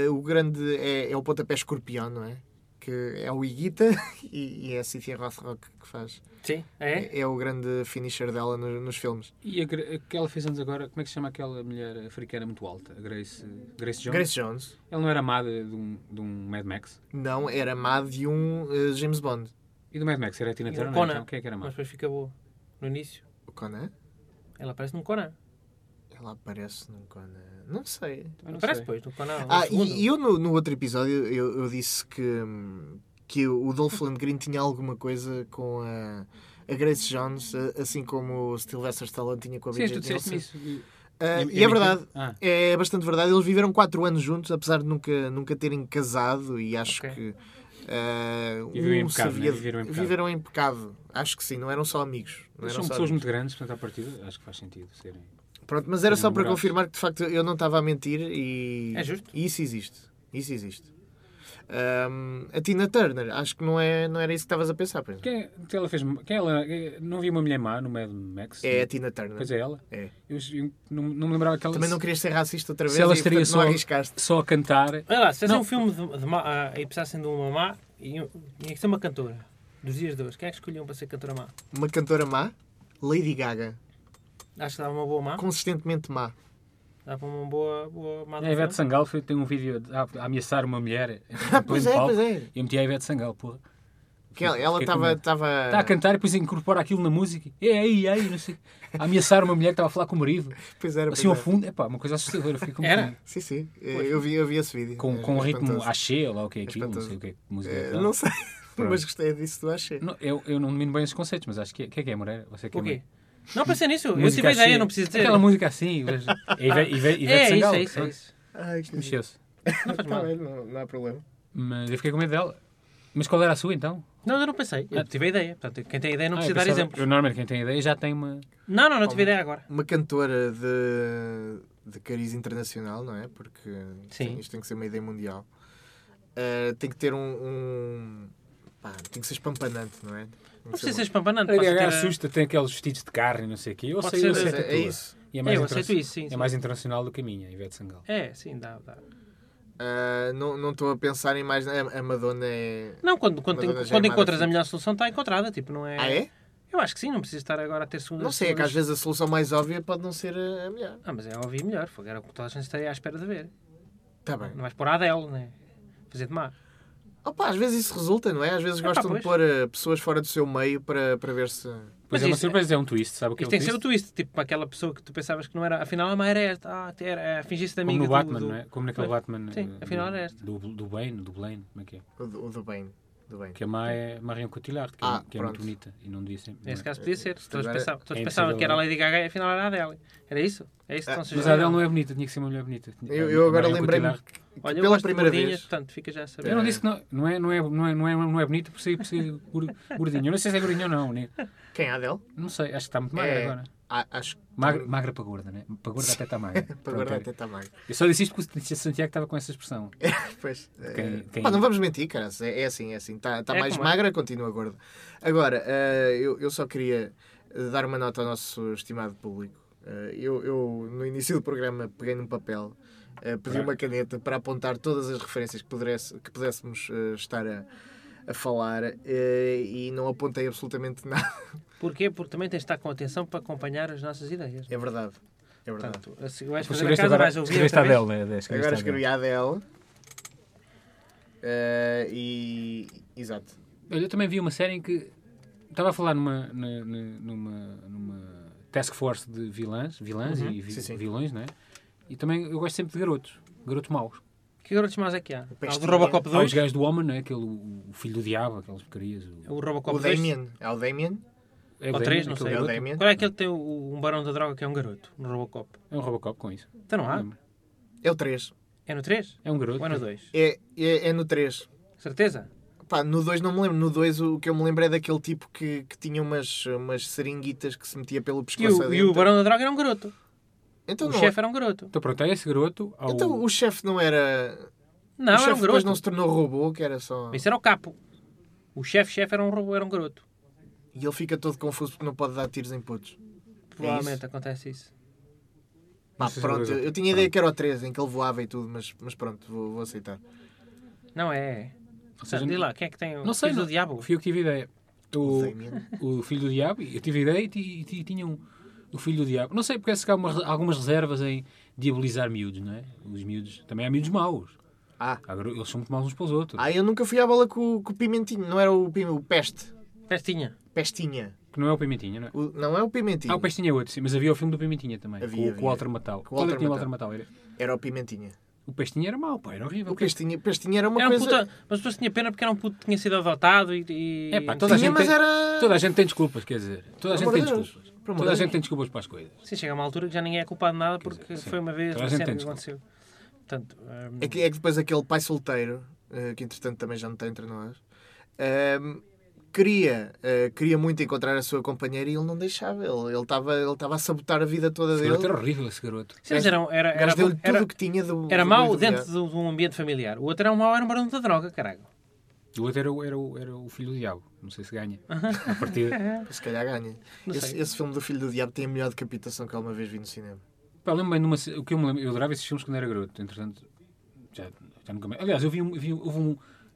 Speaker 3: Uh, o grande é, é o pontapé escorpião, não é? Que é o Iguita *laughs* e, e é a Cynthia Rothrock que faz.
Speaker 4: Sim, é?
Speaker 3: é o grande finisher dela no- nos filmes.
Speaker 5: E a, Gra- a que ela fez anos agora, como é que se chama aquela mulher africana muito alta? A Grace, Grace Jones?
Speaker 3: Grace Jones
Speaker 5: Ela não era amada de um, de um Mad Max?
Speaker 3: não era má de um eh, James Bond.
Speaker 5: E do Mad Max era a Tina
Speaker 4: E do
Speaker 5: Turner?
Speaker 4: Conan.
Speaker 5: Então, quem é que era
Speaker 4: Mas
Speaker 5: má?
Speaker 4: depois fica boa. No início.
Speaker 3: O Conan?
Speaker 4: Ela aparece no Conan.
Speaker 3: Ela aparece no Conan. Não sei.
Speaker 5: Eu não
Speaker 4: aparece
Speaker 5: sei.
Speaker 4: depois no Conan. no
Speaker 3: Ah,
Speaker 4: segundo.
Speaker 3: e, e eu no, no outro episódio eu, eu disse que, hum, que o Dolph Lundgren tinha alguma coisa com a, a Grace Jones, a- assim como o Sylvester Stallone tinha com a
Speaker 5: Sim,
Speaker 3: Bridget
Speaker 5: tu disseste-me
Speaker 3: Nielsen.
Speaker 5: isso. E-
Speaker 3: Ah,
Speaker 5: e-
Speaker 3: e é verdade.
Speaker 5: mentira? Ah,
Speaker 3: É bastante verdade. Eles viveram 4 anos juntos, apesar de nunca, nunca terem casado, e acho
Speaker 4: Ok.
Speaker 3: que. ah,
Speaker 5: Viviam em pecado,
Speaker 3: sabia-
Speaker 5: né? Viveram em pecado.
Speaker 3: viveram em pecado. Acho que sim, não eram só amigos. Não eram
Speaker 5: eles são
Speaker 3: só
Speaker 5: pessoas
Speaker 3: amigos.
Speaker 5: muito grandes, portanto, à partida, acho que faz sentido serem.
Speaker 3: Pronto, mas era só para
Speaker 5: namorados.
Speaker 3: confirmar que de facto eu não estava a mentir e.
Speaker 4: É justo.
Speaker 3: e isso existe. Isso existe. Ahm, a Tina Turner, acho que não, é, não era isso que estavas a pensar, pois. não?
Speaker 5: Quem, é- que ela fez. Quem ela, não havia uma mulher má no Mad Max?
Speaker 3: É a Tina Turner.
Speaker 5: Pois é, ela?
Speaker 3: É.
Speaker 5: Eu, eu não, não me lembrava que ela.
Speaker 3: Também não querias ser racista outra vez
Speaker 5: se ela
Speaker 3: e,
Speaker 5: estaria
Speaker 3: portanto, não
Speaker 5: só,
Speaker 3: arriscaste.
Speaker 5: só a cantar.
Speaker 4: Olha lá, se fizessem
Speaker 5: Não.
Speaker 4: um filme de, de má, ah, e precisassem de uma má, e um- tinha que ser uma cantora. Dos dias de hoje. Quem é que escolhiam para ser cantora má?
Speaker 3: Uma cantora má, Lady Gaga,
Speaker 4: Acho que dava uma
Speaker 5: Ah.
Speaker 4: boa má.
Speaker 3: consistentemente má.
Speaker 4: Dava uma boa, boa má.
Speaker 5: A Ivete Sangal foi- tem um vídeo a, a ameaçar uma mulher. *laughs* em
Speaker 3: Pois
Speaker 5: pleno
Speaker 3: é,
Speaker 5: palco.
Speaker 3: pois é.
Speaker 5: E eu meti a Ivete Sangal, porra.
Speaker 3: Que ela- ela
Speaker 5: Fiquei com
Speaker 3: estava.
Speaker 5: medo. Está a cantar e depois incorpora aquilo na música. É aí, é aí, não sei. A ameaçar uma mulher que estava a falar com o marido.
Speaker 3: Pois era,
Speaker 5: Assim ao
Speaker 3: pois era.
Speaker 5: fundo, é pá, uma coisa assustadora. Fiquei com
Speaker 4: Era?
Speaker 5: medo.
Speaker 3: Sim, sim. Eh, Eu vi, eu vi esse vídeo.
Speaker 5: Com,
Speaker 3: É
Speaker 5: com um ritmo
Speaker 3: espantoso.
Speaker 5: axé, ou lá o que é aquilo, não
Speaker 3: espantoso.
Speaker 5: sei o que é que música é
Speaker 3: Eh,
Speaker 5: aquela.
Speaker 3: Não sei, *laughs*
Speaker 5: Pronto.
Speaker 3: mas gostei disso do Axé.
Speaker 5: Não, eu, eu não domino bem esses conceitos, mas acho que é. O que é que é, Moreira? Você que é
Speaker 4: O quê?
Speaker 5: mais-
Speaker 4: Não pensei nisso. Eu
Speaker 5: Música
Speaker 4: tive a ideia,
Speaker 5: axé.
Speaker 4: não preciso dizer. *laughs*
Speaker 5: Aquela música assim, veja. É Ive- Ive- Ivete
Speaker 4: É,
Speaker 5: Sangal.
Speaker 4: isso, é isso, é
Speaker 5: pronto.
Speaker 4: isso.
Speaker 3: Ai, que
Speaker 5: Mexeu-se. Não faz
Speaker 3: Tá
Speaker 5: mal.
Speaker 3: bem, não, não há problema.
Speaker 5: Mas eu fiquei com medo dela. Mas qual era a sua então?
Speaker 4: Não, eu não pensei. Eu tive a ideia. Portanto, quem tem ideia não
Speaker 5: Ah,
Speaker 4: precisa
Speaker 5: eu
Speaker 4: dar
Speaker 5: pensava-
Speaker 4: exemplos.
Speaker 5: eu, Normalmente quem tem ideia já tem uma.
Speaker 4: Não, não, não tive ideia agora.
Speaker 3: Uma cantora de, de cariz internacional, não é? Porque
Speaker 4: Sim.
Speaker 3: isto tem que ser uma ideia mundial. Ah, tem que ter um. um- pá, tem que ser espampanante, não é? Tem que
Speaker 4: Não precisa
Speaker 3: uma-
Speaker 4: ser espampanante.
Speaker 5: Lady
Speaker 4: posso
Speaker 5: Gaga
Speaker 4: ter-
Speaker 5: assusta, tem aqueles vestidos de carne e não sei o quê. Eu
Speaker 4: Pode
Speaker 5: sei,
Speaker 4: ser-
Speaker 5: eu aceito
Speaker 3: É,
Speaker 5: a
Speaker 3: é
Speaker 5: tua.
Speaker 3: isso.
Speaker 5: E é
Speaker 4: Eu
Speaker 5: interna-
Speaker 4: aceito isso, sim,
Speaker 5: É
Speaker 4: sim.
Speaker 5: mais internacional do que a minha, Ivete Sangal.
Speaker 4: É, sim, dá, dá.
Speaker 3: Ah, não não estou a pensar em mais. A, a Madonna é.
Speaker 4: Não, quando, quando,
Speaker 3: Uma
Speaker 4: tem-
Speaker 3: dona
Speaker 4: quando
Speaker 3: Gemma
Speaker 4: encontras
Speaker 3: da
Speaker 4: a melhor solução, está encontrada. Tipo, não é...
Speaker 3: assim. Ah, é?
Speaker 4: Eu acho que sim, não precisa estar agora a ter segunda
Speaker 3: Não sei, é que às
Speaker 4: segundas-
Speaker 3: vezes a solução mais óbvia pode não ser eh, a a melhor.
Speaker 4: Ah, mas é ouvir melhor. Foi era o que toda a gente estaria à espera de ver.
Speaker 3: Está bem.
Speaker 4: Não vais pôr a Adele, né? Fazer de má.
Speaker 3: Opa, às vezes isso resulta, não é? Às vezes
Speaker 4: Epá,
Speaker 3: gostam
Speaker 4: pois.
Speaker 3: de pôr ah, pessoas fora do seu meio para, para ver se.
Speaker 4: Mas
Speaker 5: Pois é uma
Speaker 4: isso-
Speaker 5: surpresa, é um twist, sabe o que
Speaker 4: Isto
Speaker 5: é
Speaker 4: tem
Speaker 5: um
Speaker 4: que ser o
Speaker 5: twist?
Speaker 4: twist. Tipo, aquela pessoa que tu pensavas que não era... Afinal, a mãe era esta. Ah, era, é, fingir-se de
Speaker 5: Como
Speaker 4: amiga
Speaker 5: no
Speaker 4: do-
Speaker 5: Batman,
Speaker 4: do...
Speaker 5: não é? Como naquele
Speaker 4: Pois.
Speaker 5: Batman.
Speaker 4: Sim,
Speaker 5: eh,
Speaker 4: afinal é
Speaker 5: do-
Speaker 4: era esta.
Speaker 5: Do, do Bane, do Blaine, como é que é?
Speaker 3: O, do- o do bem. Do bem.
Speaker 5: Que a má é Marion Cotillard, que, é-
Speaker 3: Ah,
Speaker 5: que é muito
Speaker 3: pronto.
Speaker 5: bonita e não devia ser. não
Speaker 4: Nesse
Speaker 5: é?
Speaker 4: caso podia ser. Todos
Speaker 3: agora
Speaker 4: pensavam, todos
Speaker 5: é
Speaker 4: pensavam
Speaker 5: impossível,
Speaker 4: que era a
Speaker 5: não
Speaker 4: Lady Gaga e afinal era a Adele. Era isso?
Speaker 3: Ah,
Speaker 4: É isso? Então,
Speaker 5: Mas a Adele não é bonita, tinha que ser uma mulher bonita.
Speaker 3: Eu, eu agora
Speaker 5: Marion
Speaker 3: lembrei-me
Speaker 5: Cotillard.
Speaker 3: que
Speaker 4: Olha, eu
Speaker 3: é- pela
Speaker 4: gosto
Speaker 3: primeira
Speaker 4: de gordinhas,
Speaker 3: vez.
Speaker 4: portanto, fica já a saber.
Speaker 5: Eu não disse que não, não, é, não, é, não, é, não, é, não é bonita por ser, por ser gor- gordinha. Eu não sei se é gordinha ou não. né?
Speaker 3: Quem é a Adele?
Speaker 5: Não sei, acho que está muito magra
Speaker 3: É.
Speaker 5: agora.
Speaker 3: Ah, acho que
Speaker 5: Magra, magra para gorda, né? Para gorda até está
Speaker 3: *laughs*
Speaker 5: magra.
Speaker 3: para
Speaker 5: Pronto,
Speaker 3: guardar
Speaker 5: olha.
Speaker 3: até tá- tamanho.
Speaker 5: Eu só disse isto porque o Sr. Santiago estava com essa expressão.
Speaker 3: *laughs* Pois. eh,
Speaker 5: Quem- quem-
Speaker 3: pá, não vamos mentir, cara. É, é assim, é assim. Está
Speaker 4: É
Speaker 3: mais
Speaker 4: como é.
Speaker 3: magra, continua gorda. Agora, eh, eu, eu só queria eh, dar uma nota ao nosso estimado público. Eh, eu, eu, no início do programa, peguei num papel, eh, pedi uma caneta para apontar todas as referências que, pudesse, que pudéssemos eh, estar a, a falar eh, e não apontei absolutamente *laughs* nada.
Speaker 4: Porquê? Porque também tens de estar com atenção para acompanhar as nossas ideias.
Speaker 3: É verdade. É verdade.
Speaker 4: Portanto, se vais
Speaker 5: Depois
Speaker 4: fazer a
Speaker 5: escreveste
Speaker 4: casa,
Speaker 5: agora-
Speaker 4: vais ouvir
Speaker 5: escreveste
Speaker 4: outra
Speaker 5: a
Speaker 4: vez.
Speaker 5: Adele, né? Dez, escreveste
Speaker 3: Agora
Speaker 5: a Adele.
Speaker 3: escrevi a Adele. Eh, e. Exato.
Speaker 5: Olha, eu também vi uma série em que estava a falar numa, na- na- numa, numa task force de vilãs, vilãs e vi-
Speaker 3: Sim, sim.
Speaker 5: vilões, não é? E também eu gosto sempre de garotos, garotos maus.
Speaker 4: Que garotos maus é que há? Há o do
Speaker 3: Pestinha.
Speaker 4: Robocop
Speaker 5: Há os
Speaker 4: 2.
Speaker 5: gajos do homem, não é? Aquele, o o filho do diabo, aquelas porcarias. O,
Speaker 4: O
Speaker 3: O
Speaker 4: Robocop 2.
Speaker 3: Damien. É o Damien?
Speaker 5: é
Speaker 4: Ou
Speaker 5: Damien,
Speaker 4: três, não
Speaker 5: aquele
Speaker 4: sei.
Speaker 3: É o
Speaker 5: garoto.
Speaker 3: Damien?
Speaker 4: Qual é aquele que tem o- um barão da droga que é um garoto? No Robocop.
Speaker 5: É um Robocop com isso.
Speaker 4: Então não há?
Speaker 5: Lembro.
Speaker 3: É o 3.
Speaker 4: É no 3?
Speaker 5: É um garoto.
Speaker 4: Ou é no 2?
Speaker 3: É, é, é no 3.
Speaker 4: Certeza?
Speaker 3: Pá, no 2 não me lembro. No 2 o que eu me lembro é daquele tipo que, que tinha umas, umas seringuitas que se metia pelo
Speaker 4: E
Speaker 3: pescoço
Speaker 4: o, e o
Speaker 3: adentro.
Speaker 4: barão da droga era um garoto.
Speaker 3: Então,
Speaker 4: O
Speaker 3: não-
Speaker 4: chefe era um garoto.
Speaker 5: Então pronto, é esse garoto. há o-
Speaker 3: então o chefe não era...
Speaker 4: Não,
Speaker 3: o chefe
Speaker 4: era
Speaker 3: depois
Speaker 4: um garoto.
Speaker 3: não se tornou robô, que era só...
Speaker 4: Isso era o capo. O chefe-chefe era um robô, era um garoto.
Speaker 3: E ele fica todo confuso porque não pode dar tiros em putos. É
Speaker 4: Provavelmente acontece isso.
Speaker 3: Pá,
Speaker 5: Isso é
Speaker 3: pronto.
Speaker 5: coisa.
Speaker 3: Eu, eu tinha ideia que era o 3, em que ele voava e tudo, mas, mas pronto, vou, vou aceitar.
Speaker 4: Não é.
Speaker 5: ou seja,
Speaker 4: Sabe, diz lá, quem é que tem o
Speaker 5: Não sei,
Speaker 4: filho
Speaker 5: não,
Speaker 4: do diabo?
Speaker 5: fui eu que tive ideia.
Speaker 3: O
Speaker 5: O,
Speaker 3: Damien.
Speaker 5: o filho do diabo, eu tive ideia e, ti- ti- tinha um, o filho do diabo. Não sei porque se há uma- algumas reservas em diabolizar miúdos, não é? Os miúdos, também há miúdos maus.
Speaker 3: Ah.
Speaker 5: Há garo- eles são muito maus uns para os outros.
Speaker 3: Ah, eu nunca fui à bola com, com o Pimentinho. Não era o, pim- o Peste.
Speaker 4: Pestinha.
Speaker 3: Pestinha.
Speaker 5: Que não é o Pimentinha, não é?
Speaker 3: O- não é o Pimentinho.
Speaker 5: Ah, o Pestinha é outro, sim, mas havia o filme do Pimentinha também,
Speaker 3: Havia,
Speaker 5: com, com
Speaker 3: havia.
Speaker 5: o Walter Matau.
Speaker 3: Com o
Speaker 5: Qual é
Speaker 3: Walter
Speaker 5: que tinha o Walter
Speaker 3: Matthau.
Speaker 5: Matau? Era-
Speaker 3: Era o Pimentinha.
Speaker 5: O Pestinha era mau, pá, era horrível.
Speaker 3: O Pestinha, Pestinha era uma
Speaker 4: Era um
Speaker 3: coisa...
Speaker 4: puta, mas as pessoas tinham pena porque era um puto que tinha sido adotado e. e...
Speaker 5: É pá, toda a,
Speaker 3: Tinha,
Speaker 5: gente
Speaker 3: mas
Speaker 5: tem,
Speaker 3: era-
Speaker 5: toda a gente tem desculpas, quer dizer. Toda a gente
Speaker 3: amor
Speaker 5: tem
Speaker 3: de Deus.
Speaker 5: desculpas.
Speaker 3: Por amor
Speaker 5: Toda a
Speaker 3: de
Speaker 5: gente
Speaker 3: Deus.
Speaker 5: tem desculpas para as coisas.
Speaker 4: Sim, chega a uma altura que já ninguém é culpado de nada porque
Speaker 5: dizer, sim.
Speaker 4: foi uma vez
Speaker 5: Toda a
Speaker 4: uma
Speaker 5: gente
Speaker 4: cena
Speaker 5: tem
Speaker 4: que aconteceu. Portanto, hum,
Speaker 3: É que, é que depois aquele pai solteiro, eh, que entretanto também já não está entre nós, ehm, queria, eh, queria muito encontrar a sua companheira e ele não deixava. Ele ele estava ele estava a sabotar a vida toda
Speaker 5: Esse garoto
Speaker 3: dele.
Speaker 5: era horrível, esse garoto.
Speaker 4: sim, mas era, um, era, era,
Speaker 3: Mas deu-lhe tudo
Speaker 4: era,
Speaker 3: o que tinha do.
Speaker 4: era
Speaker 3: do
Speaker 4: mau
Speaker 3: Luís do
Speaker 4: dentro
Speaker 3: Viado.
Speaker 4: de um- de um ambiente familiar. O outro era um mau, era um barão da droga, caralho.
Speaker 5: O outro era, o- era, o- era o filho do diabo. Não sei se ganha.
Speaker 3: *laughs*
Speaker 5: A partida.
Speaker 3: Se calhar ganha.
Speaker 4: Não
Speaker 3: Esse,
Speaker 4: sei.
Speaker 3: esse filme do Filho do Diabo tem a melhor decapitação que alguma vez vi no cinema.
Speaker 5: Pá, lembro bem de uma. ce- O que eu me lembro. Eu adorava esses filmes quando era garoto. Entretanto, já, já nunca mais. Aliás, eu vi um. Vi, houve um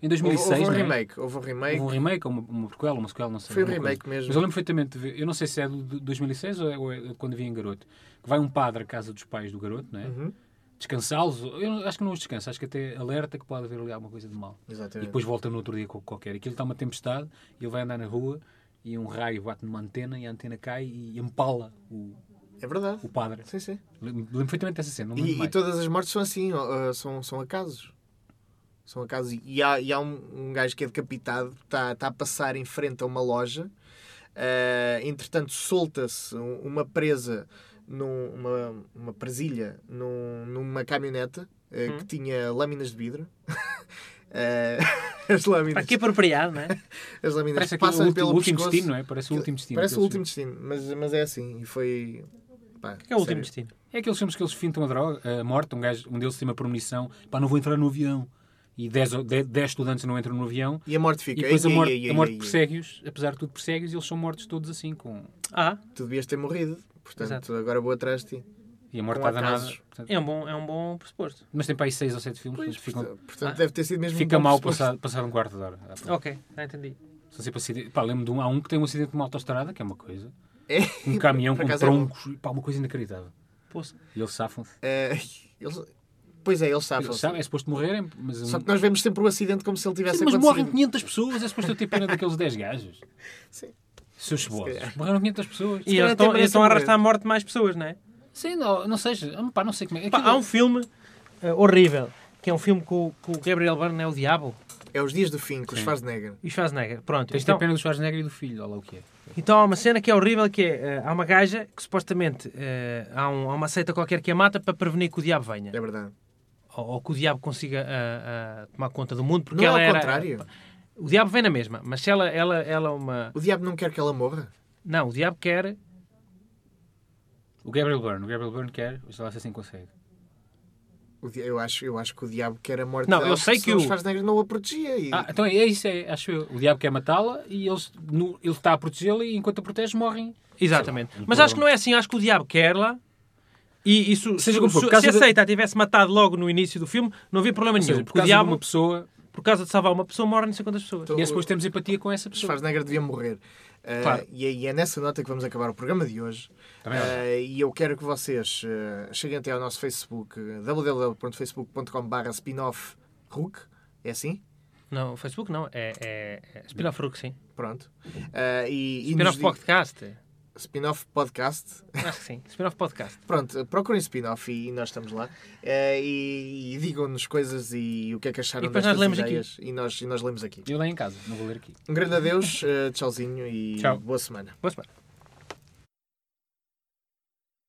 Speaker 5: em
Speaker 3: Houve,
Speaker 5: 2006.
Speaker 3: houve um
Speaker 5: não é?
Speaker 3: remake. Houve um remake.
Speaker 5: Houve um remake, ou uma, uma prequela, uma sequela, não sei.
Speaker 3: Foi um
Speaker 5: alguma coisa.
Speaker 3: remake mesmo.
Speaker 5: Mas eu lembro perfeitamente de ver, eu não sei se é do- de 2006 ou é, ou é de quando vi em garoto, que vai um padre à casa dos pais do garoto, não é?
Speaker 3: Uhum.
Speaker 5: Descansá-los, eu não- acho que não os descansa, acho que até alerta que pode haver ali alguma coisa de mal.
Speaker 3: Exatamente.
Speaker 5: E depois volta no outro dia co- qualquer. Aquilo está uma tempestade, e ele vai andar na rua e um raio bate numa antena e a antena cai e empala o,
Speaker 3: É verdade.
Speaker 5: o padre.
Speaker 3: Sim, sim.
Speaker 5: Lembro lembro perfeitamente dessa cena, não me lembro
Speaker 3: E, e
Speaker 5: mais.
Speaker 3: todas as mortes são assim, ó, ó, são, são acasos. São acasos. E há, e há um, um gajo que é decapitado, está tá a passar em frente a uma loja, eh, entretanto solta-se um- uma presa, num, uma, uma presilha num- numa caminhoneta, eh,
Speaker 5: Hum.
Speaker 3: que tinha lâminas de vidro. *laughs* Eh, *laughs* as lâminas,
Speaker 4: Aqui apropriado, não é?
Speaker 3: as lâminas
Speaker 5: Parece aqui
Speaker 3: passam
Speaker 5: o último,
Speaker 3: pelo
Speaker 5: o último
Speaker 3: pescoço.
Speaker 5: destino, não é? Parece o último destino.
Speaker 3: Parece o
Speaker 5: aqueles
Speaker 3: último destino, mas, mas é assim. E foi. Pá,
Speaker 4: Que é o último destino.
Speaker 5: filmes. É aqueles filmes que eles fintam a, droga, a morte, um, gajo, um deles tem uma premonição, pá, não vou entrar no avião. E 10 dez, dez estudantes não entram no avião.
Speaker 3: E a morte
Speaker 5: E
Speaker 3: fica.
Speaker 5: depois a
Speaker 3: "Ei, ei,
Speaker 5: morte,
Speaker 3: ei,
Speaker 5: a
Speaker 3: ei,
Speaker 5: morte
Speaker 3: ei, ei."
Speaker 5: persegue-os, apesar de tudo persegue-os, e eles são mortos todos assim. Com...
Speaker 4: Ah,
Speaker 3: Tu devias ter morrido. Portanto,
Speaker 4: Exato.
Speaker 3: agora vou atrás de ti.
Speaker 5: E a morte
Speaker 3: Com
Speaker 5: está danada.
Speaker 3: atrasos.
Speaker 5: Portanto,
Speaker 4: é um bom, é um bom pressuposto.
Speaker 5: Mas tem para aí 6 ou 7 filmes, mas ficam,
Speaker 3: Portanto, deve ter sido mesmo. um
Speaker 5: fica
Speaker 3: bom
Speaker 5: mal
Speaker 3: pressuposto.
Speaker 5: passar, passar um quarto de hora. Ah, pá.
Speaker 4: Ok, já entendi.
Speaker 5: Só sempre acidente. Pá, lembro de um, há um que tem um acidente numa autostrada, que é uma coisa.
Speaker 3: É.
Speaker 5: Um caminhão
Speaker 3: *laughs* Por
Speaker 5: com
Speaker 3: acaso é bom.
Speaker 5: troncos, pá, uma coisa inacreditável.
Speaker 4: Poça.
Speaker 5: E eles safam-se.
Speaker 3: Eh, eles- Pois é,
Speaker 4: Ah,
Speaker 3: eles sabem.
Speaker 5: Eles sabem, é suposto morrerem, mas.
Speaker 3: Só que nós vemos sempre o acidente como se ele tivesse
Speaker 5: Sim, mas morrem
Speaker 3: acontecido.
Speaker 5: 500 pessoas, é suposto eu ter pena daqueles 10
Speaker 4: *laughs*
Speaker 5: gajos.
Speaker 3: Sim.
Speaker 5: Seus chebosos.
Speaker 3: calhar.
Speaker 5: Morreram 500 pessoas.
Speaker 4: E
Speaker 3: calhar
Speaker 4: eles
Speaker 3: até
Speaker 4: estão,
Speaker 3: merece
Speaker 4: eles estão a
Speaker 3: morrer.
Speaker 4: arrastar a morte de mais pessoas, não é?
Speaker 5: Sim, não, não seja. ah, Pá, não sei como é.
Speaker 4: Pá,
Speaker 5: Aquilo-
Speaker 4: há um filme eh, horrível, que é um filme com, o- com o Gabriel Byrne, é o Diabo,
Speaker 3: É os dias do fim, que os
Speaker 5: Sim.
Speaker 3: faz negra.
Speaker 4: e o Schwarzenegger. Pronto,
Speaker 5: Tens de
Speaker 4: então,
Speaker 5: ter pena do Schwarzenegger e do filho, olha lá o que é.
Speaker 4: então há uma cena que é horrível, que é, eh, há uma gaja que supostamente eh, há, um- há uma seita qualquer que a mata para prevenir que o Diabo venha.
Speaker 3: É verdade.
Speaker 4: Ou, ou que o Diabo consiga ah, ah, tomar conta do mundo, porque
Speaker 3: Não é
Speaker 4: ela
Speaker 3: ao
Speaker 4: era...
Speaker 3: contrário.
Speaker 4: O Diabo vem na mesma, mas se ela, ela, ela é uma...
Speaker 3: O diabo não quer que ela morra.
Speaker 4: Não, o Diabo quer...
Speaker 5: O Gabriel Byrne, o Gabriel Byrne quer, sei lá se assim consegue.
Speaker 3: O di- Eu acho, eu acho que o diabo quer a morte
Speaker 4: Não,
Speaker 3: dela,
Speaker 4: eu sei
Speaker 3: porque
Speaker 4: que
Speaker 3: senão
Speaker 4: o-
Speaker 3: os faz negra não a protegia. E...
Speaker 5: Ah, então é isso, é, acho eu. O diabo quer matá-la e eles, no- ele está a protegê-la e enquanto a protege morrem.
Speaker 4: Exatamente.
Speaker 5: Sei lá, um
Speaker 4: Mas acho que não é assim, acho que o diabo quer lá. E isso,
Speaker 5: Seja
Speaker 4: se,
Speaker 5: como for,
Speaker 4: se,
Speaker 5: por causa
Speaker 4: se a
Speaker 5: de-
Speaker 4: seita a tivesse matado logo no início do filme, não havia problema
Speaker 5: Ou
Speaker 4: nenhum.
Speaker 5: seja, por
Speaker 4: porque o
Speaker 5: causa
Speaker 4: diabo,
Speaker 5: de uma pessoa,
Speaker 4: por causa de salvar uma pessoa, morre não sei quantas pessoas.
Speaker 3: Então,
Speaker 5: e é suposto termos empatia com essa pessoa.
Speaker 3: Schwarzenegger devia morrer. Ah,
Speaker 5: Claro.
Speaker 3: E aí é nessa nota que vamos acabar o programa de hoje.
Speaker 5: Também
Speaker 4: é
Speaker 5: acho.
Speaker 3: Ah, e eu quero que vocês ah, cheguem até ao nosso Facebook, www.facebook.com.br spin-off Hulk. É assim?
Speaker 4: Não, Facebook não, é, é, é Spin-off Rook, sim.
Speaker 3: Pronto. Ah, e, e nos
Speaker 4: Spin-off
Speaker 3: di-
Speaker 4: Podcast.
Speaker 3: Spin-off Podcast. *laughs*
Speaker 4: Acho que sim. Spin-off Podcast.
Speaker 3: Pronto, procurem spin-off e, e nós estamos lá. Ah, e e digam-nos coisas e o que é que acharam
Speaker 4: E depois
Speaker 3: destas
Speaker 4: nós lemos
Speaker 3: ideias. E nós, e nós lemos aqui.
Speaker 5: Eu lá em casa, não vou ler aqui.
Speaker 3: Um grande adeus, ah, tchauzinho e
Speaker 5: Tchau.
Speaker 3: boa semana.
Speaker 4: Boa semana.